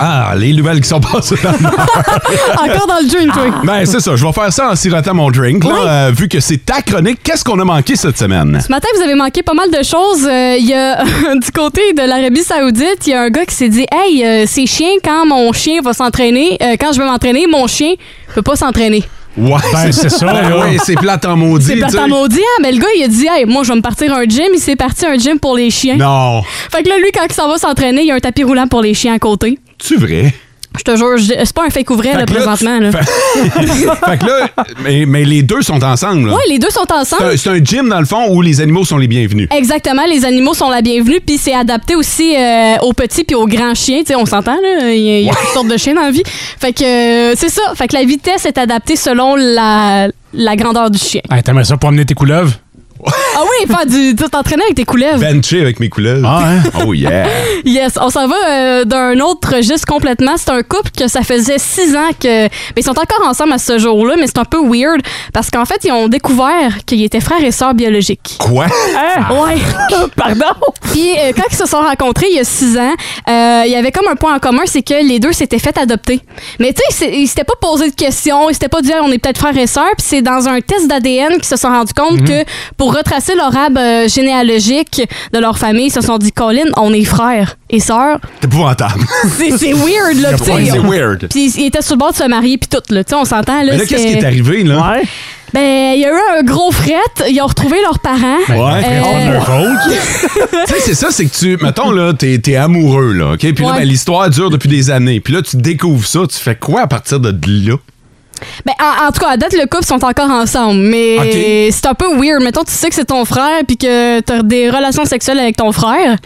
[SPEAKER 3] Ah, les nouvelles qui sont passées dans [LAUGHS] le beurre.
[SPEAKER 4] [LAUGHS] Encore dans le drink, toi.
[SPEAKER 3] Ben, c'est ça. Je vais faire ça en sirotant mon drink, là,
[SPEAKER 4] Oui.
[SPEAKER 3] euh, vu que c'est ta chronique. Qu'est-ce qu'on a manqué cette semaine?
[SPEAKER 4] Ce matin, vous avez manqué pas mal de choses. Euh, Il y a [LAUGHS] du côté de l'Arabie Saoudite, il y a un gars qui s'est dit Hey, euh, c'est chien quand mon chien va s'entraîner. euh, quand je vais m'entraîner, mon chien peut pas s'entraîner.
[SPEAKER 3] Ouais,
[SPEAKER 23] Ben, c'est ça,
[SPEAKER 3] Ben
[SPEAKER 23] là.
[SPEAKER 3] oui, c'est plate en maudit.
[SPEAKER 4] C'est
[SPEAKER 3] tu sais.
[SPEAKER 4] plate en maudit, hein? mais le gars, il a dit Hey, moi, je vais me partir un gym. Il s'est parti un gym pour les chiens.
[SPEAKER 3] Non.
[SPEAKER 4] [LAUGHS] Fait que là, lui, quand il s'en va s'entraîner, il y a un tapis roulant pour les chiens à côté.
[SPEAKER 3] Tu vrai?
[SPEAKER 4] Je te jure, je- c'est pas un fake ouvrait,
[SPEAKER 3] Fait
[SPEAKER 4] là,
[SPEAKER 3] que là,
[SPEAKER 4] présentement. Là.
[SPEAKER 3] fait que là, mais, mais les deux sont ensemble. là.
[SPEAKER 4] Ouais, les deux sont
[SPEAKER 3] C'est
[SPEAKER 4] ensemble.
[SPEAKER 3] un- C'est un, gym, dans le fond, où les animaux sont les bienvenus.
[SPEAKER 4] Exactement, les animaux sont la bienvenue, puis c'est adapté aussi euh, aux petits puis aux grands chiens. Tu sais, on s'entend, là, il y a, il y a toutes sortes de chiens dans la vie. Fait que euh, c'est ça, fait que la vitesse est adaptée selon la, la grandeur du chien.
[SPEAKER 5] Hey, T'aimerais ça pour amener tes [LAUGHS] couleuvres?
[SPEAKER 4] Ah oui, faire du, tu t'entraîner avec tes couleuvres.
[SPEAKER 3] Benché Ben, avec mes couleurs. Ah, [LAUGHS] Oh yeah.
[SPEAKER 4] Yes, on s'en va euh, d'un autre registre complètement. C'est un couple que ça faisait six ans que. Mais ils sont encore ensemble à ce jour-là, mais c'est un peu weird parce qu'en fait, ils ont découvert qu'ils étaient frères et sœurs biologiques.
[SPEAKER 3] Quoi?
[SPEAKER 4] Ouais.
[SPEAKER 7] [LAUGHS]
[SPEAKER 4] Pardon? Puis euh, quand ils se sont rencontrés il y a six ans, euh, il y avait comme un point en commun, c'est que les deux s'étaient fait adopter. Mais tu sais, c'est- ils s'étaient pas posé de questions, ils s'étaient pas dit Ah, on est peut-être frères et sœurs. Puis c'est dans un test d'ADN qu'ils se sont rendus compte
[SPEAKER 24] Mhm.
[SPEAKER 4] que pour retracer leur arbre euh, généalogique de leur famille, ils se sont dit Colin, on est frères et sœurs.
[SPEAKER 3] C'est épouvantable.
[SPEAKER 4] C'est c'est weird, là.
[SPEAKER 3] Ouais,
[SPEAKER 4] pis t'sais,
[SPEAKER 3] c'est
[SPEAKER 4] on-
[SPEAKER 3] weird.
[SPEAKER 4] Puis ils étaient sur le bord de se marier, puis tout, là. Tu sais, on s'entend, là.
[SPEAKER 3] Mais là, qu'est-ce
[SPEAKER 4] c'est-
[SPEAKER 3] qui est arrivé, là?
[SPEAKER 4] Ben, il y a eu un gros fret. Ils ont retrouvé leurs parents.
[SPEAKER 3] mais
[SPEAKER 4] Euh,
[SPEAKER 3] c'est pas de leur faute. [LAUGHS] tu sais, c'est ça, c'est que tu. Mettons, là, t'es t'es amoureux, là, OK? Puis là,
[SPEAKER 4] Ouais.
[SPEAKER 3] ben, l'histoire dure depuis des années. Puis là, tu découvres ça. Tu fais quoi à partir de là?
[SPEAKER 4] Ben, en, en tout cas, à date, le couple sont encore ensemble, mais
[SPEAKER 3] Ok.
[SPEAKER 4] c'est un peu weird. Mettons, tu sais que c'est ton frère, puis que t'as des relations sexuelles avec ton frère.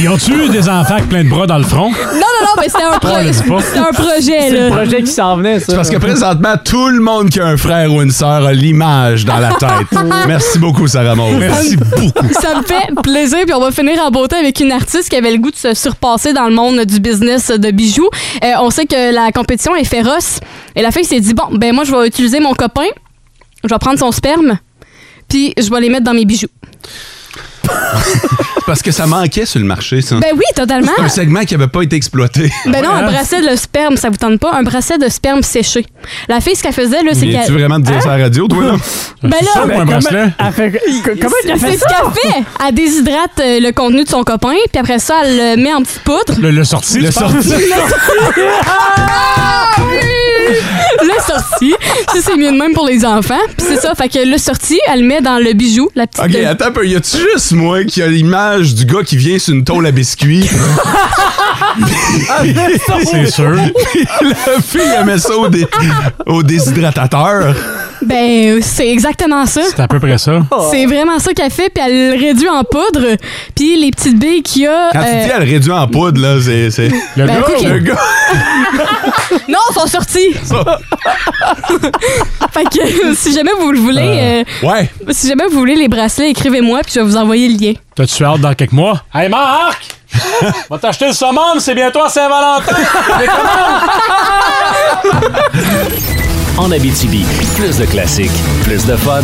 [SPEAKER 5] Ils ont-tu eu des enfants avec plein de bras dans le front?
[SPEAKER 4] Non, non, non, mais c'était un, pro-
[SPEAKER 5] Oh, le dis pas.
[SPEAKER 4] c'était un projet, là.
[SPEAKER 7] C'est le projet qui s'en venait, ça.
[SPEAKER 3] C'est parce que présentement, tout le monde qui a un frère ou une sœur a l'image dans la
[SPEAKER 4] [LAUGHS]
[SPEAKER 3] tête. Merci beaucoup, Sarah Maud.
[SPEAKER 5] Merci
[SPEAKER 3] beaucoup.
[SPEAKER 4] Ça me fait plaisir, puis on va finir en beauté avec une artiste qui avait le goût de se surpasser dans le monde du business de bijoux. Euh, on sait que la compétition est féroce, et la fille s'est dit, bon, ben moi, je vais utiliser mon copain, je vais prendre son sperme, puis je vais les mettre dans mes bijoux.
[SPEAKER 3] Parce que ça manquait sur le marché, ça.
[SPEAKER 4] Ben oui, totalement.
[SPEAKER 3] [LAUGHS] C'est un segment qui n'avait pas été exploité.
[SPEAKER 4] Ben non, un bracelet de sperme, ça vous tente pas? Un bracelet de sperme séché. La fille, ce qu'elle faisait, là, c'est
[SPEAKER 3] Mais
[SPEAKER 4] qu'elle...
[SPEAKER 3] tu vraiment te dire ça à la radio, toi, là?
[SPEAKER 4] Ben là,
[SPEAKER 3] Ça, ou un
[SPEAKER 4] comment-
[SPEAKER 3] bracelet?
[SPEAKER 7] Elle fait- co- Comment elle a
[SPEAKER 4] C'est
[SPEAKER 7] fait
[SPEAKER 4] ce
[SPEAKER 7] ça?
[SPEAKER 4] qu'elle fait. Elle déshydrate euh, le contenu de son copain, puis après ça, elle le met en petite poudre.
[SPEAKER 5] Le, le sorti. Le
[SPEAKER 4] sorti.
[SPEAKER 3] Ah
[SPEAKER 4] [LAUGHS] le sorti. Ça, c'est mieux de même pour les enfants. Puis c'est ça, fait que le sorti, elle le met dans le bijou, la petite... euh,
[SPEAKER 3] Ok, attends un peu. Y a-tu juste moi qui a l'image du gars qui vient sur une tôle à biscuits? [LAUGHS]
[SPEAKER 7] [LAUGHS]
[SPEAKER 10] C'est sûr.
[SPEAKER 3] Puis La fille, elle met ça au, dé- au déshydratateur.
[SPEAKER 4] Ben, c'est exactement ça.
[SPEAKER 5] C'est à peu près ça.
[SPEAKER 3] Oh.
[SPEAKER 4] C'est vraiment ça qu'elle fait, puis elle le réduit en poudre. Puis les petites billes qu'il y a...
[SPEAKER 3] Quand tu
[SPEAKER 4] euh,
[SPEAKER 3] dis elle réduit en poudre, là, c'est. c'est-
[SPEAKER 4] Ben, gars, écoute,
[SPEAKER 3] le
[SPEAKER 4] il-
[SPEAKER 3] gars.
[SPEAKER 4] non, ils sont [LAUGHS] sortis. fait que si jamais vous le voulez,
[SPEAKER 7] Ah.
[SPEAKER 4] euh,
[SPEAKER 5] Ouais.
[SPEAKER 4] si jamais vous voulez les bracelets, écrivez-moi puis je vais vous envoyer le lien.
[SPEAKER 5] T'as-tu hâte dans quelques mois? Hey, [LAUGHS] Marc! Va t'acheter le summum, c'est bientôt à Saint-Valentin! Les commandes!
[SPEAKER 2] En Abitibi, plus de classiques, plus de fun.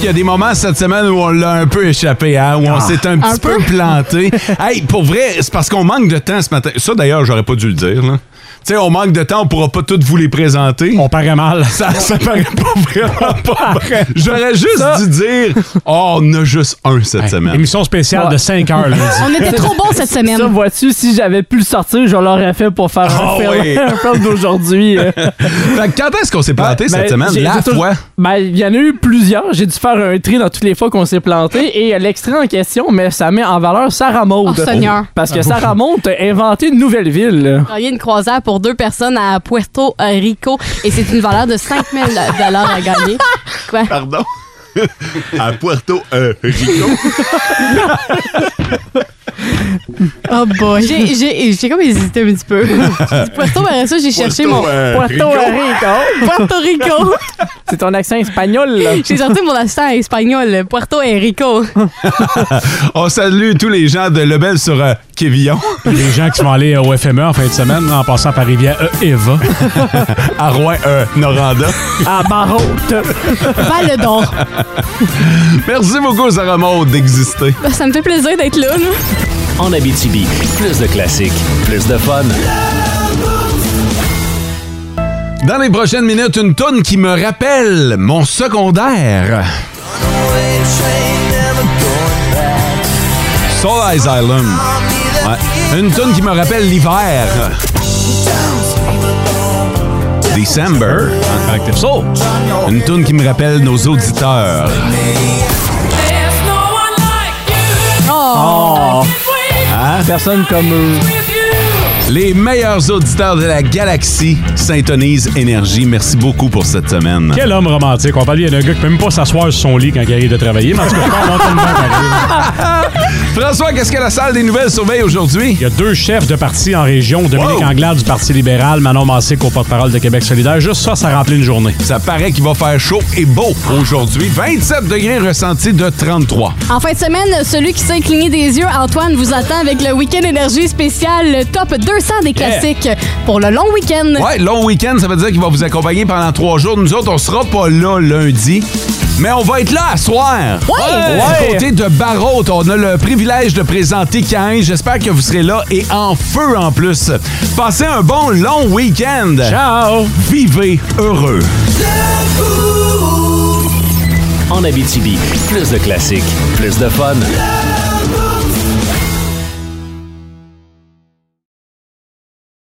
[SPEAKER 3] Il y a des moments cette semaine où on l'a un peu échappé, hein, où on
[SPEAKER 2] Ah.
[SPEAKER 3] s'est un
[SPEAKER 2] Un
[SPEAKER 3] petit peu, [LAUGHS] planté. hey, pour vrai, c'est parce qu'on manque de temps ce matin. Ça, d'ailleurs, j'aurais pas dû le dire. là. Tu sais, on manque de temps, on pourra pas toutes vous les présenter. On
[SPEAKER 5] paraît mal.
[SPEAKER 3] Ça, Ah, ça paraît pas vraiment
[SPEAKER 7] [LAUGHS]
[SPEAKER 3] pas vrai. J'aurais juste dû dire, oh, on a juste un cette semaine.
[SPEAKER 5] Émission spéciale de 5 heures lundi.
[SPEAKER 4] bons cette semaine.
[SPEAKER 7] Ça, vois-tu, si j'avais pu le sortir, je l'aurais fait pour faire
[SPEAKER 3] Ah
[SPEAKER 7] un film,
[SPEAKER 3] oui.
[SPEAKER 7] [LAUGHS] un
[SPEAKER 3] [LAUGHS]
[SPEAKER 7] film d'aujourd'hui.
[SPEAKER 3] [LAUGHS]
[SPEAKER 7] euh.
[SPEAKER 3] Fait que quand est-ce qu'on s'est planté cette
[SPEAKER 7] Ben,
[SPEAKER 3] semaine?
[SPEAKER 7] j'ai-
[SPEAKER 3] La
[SPEAKER 7] j'ai toujours-
[SPEAKER 3] fois.
[SPEAKER 7] Ben, il y en a eu plusieurs. J'ai dû faire un tri dans toutes les fois qu'on s'est planté. Et euh, l'extrait en question, mais ça met en valeur Sarah Maud.
[SPEAKER 4] Oh, Seigneur.
[SPEAKER 7] Parce que
[SPEAKER 4] Ah,
[SPEAKER 7] Sarah Maud a inventé une nouvelle ville.
[SPEAKER 4] Il y a une croisière pour deux personnes à Puerto Rico et c'est une valeur de 5000 dollars à gagner. Quoi?
[SPEAKER 3] Pardon? [LAUGHS] à Puerto euh, Rico.
[SPEAKER 4] Oh boy. J'ai- J'ai j'ai comme hésité un petit [LAUGHS] peu. Puerto ben ça, [LAUGHS] j'ai cherché mon...
[SPEAKER 3] euh,
[SPEAKER 4] euh.
[SPEAKER 7] Puerto euh. Rico.
[SPEAKER 4] Puerto Rico.
[SPEAKER 7] C'est ton accent espagnol.
[SPEAKER 4] [LAUGHS]
[SPEAKER 7] là.
[SPEAKER 4] J'ai sorti mon accent espagnol, Puerto Rico.
[SPEAKER 3] on salue tous les gens de Lebel sur euh, Quévillon. [LAUGHS]
[SPEAKER 5] Les gens qui vont aller euh, au FME en fin de semaine en passant par Rivière E, Eva.
[SPEAKER 3] à Rouen, euh, Noranda.
[SPEAKER 7] À Marotte.
[SPEAKER 4] Val d'Or.
[SPEAKER 3] Merci beaucoup, Sarah Maud, d'exister.
[SPEAKER 4] Ça me fait plaisir d'être là, là.
[SPEAKER 2] En Abitibi, plus de classiques, plus de fun.
[SPEAKER 3] Dans les prochaines minutes, une tonne qui me rappelle mon secondaire. Soul Eyes Island. Ouais. Une tonne qui me rappelle l'hiver. December. Collective Soul. Une tonne qui me rappelle nos auditeurs. Hein?
[SPEAKER 4] Oh.
[SPEAKER 7] Oh. Personne comme eux.
[SPEAKER 3] Les meilleurs auditeurs de la galaxie s'intonisent Énergie. Merci beaucoup pour cette semaine.
[SPEAKER 5] Quel homme romantique. On parle bien d'un gars qui peut même pas s'asseoir sur son lit quand il arrive de travailler. Mais en tout cas, on entend le monde
[SPEAKER 3] François, qu'est-ce que la salle des nouvelles surveille aujourd'hui?
[SPEAKER 5] Il y a deux chefs de parti en région. Dominique Anglade du Parti libéral, Manon Massé, co-porte-parole de Québec solidaire. Juste ça, ça remplit une journée.
[SPEAKER 3] Ça paraît qu'il va faire chaud et beau aujourd'hui. 27 degrés ressentis de 33.
[SPEAKER 4] En fin de semaine, celui qui sait cligner des yeux, Antoine, vous attend avec le week-end énergie spécial, le top 200 des classiques pour le long week-end.
[SPEAKER 3] Ouais, long week-end, ça veut dire qu'il va vous accompagner pendant trois jours. Nous autres, on sera pas là lundi, mais on va être là à soir. Oh,
[SPEAKER 10] Ouais.
[SPEAKER 3] Du côté de Barrault, on a le privilège de présenter Caïn. J'espère que vous serez là et en feu en plus. Passez un bon long week-end. Ciao. Vivez heureux.
[SPEAKER 2] En Abitibi, plus de classiques, plus de fun.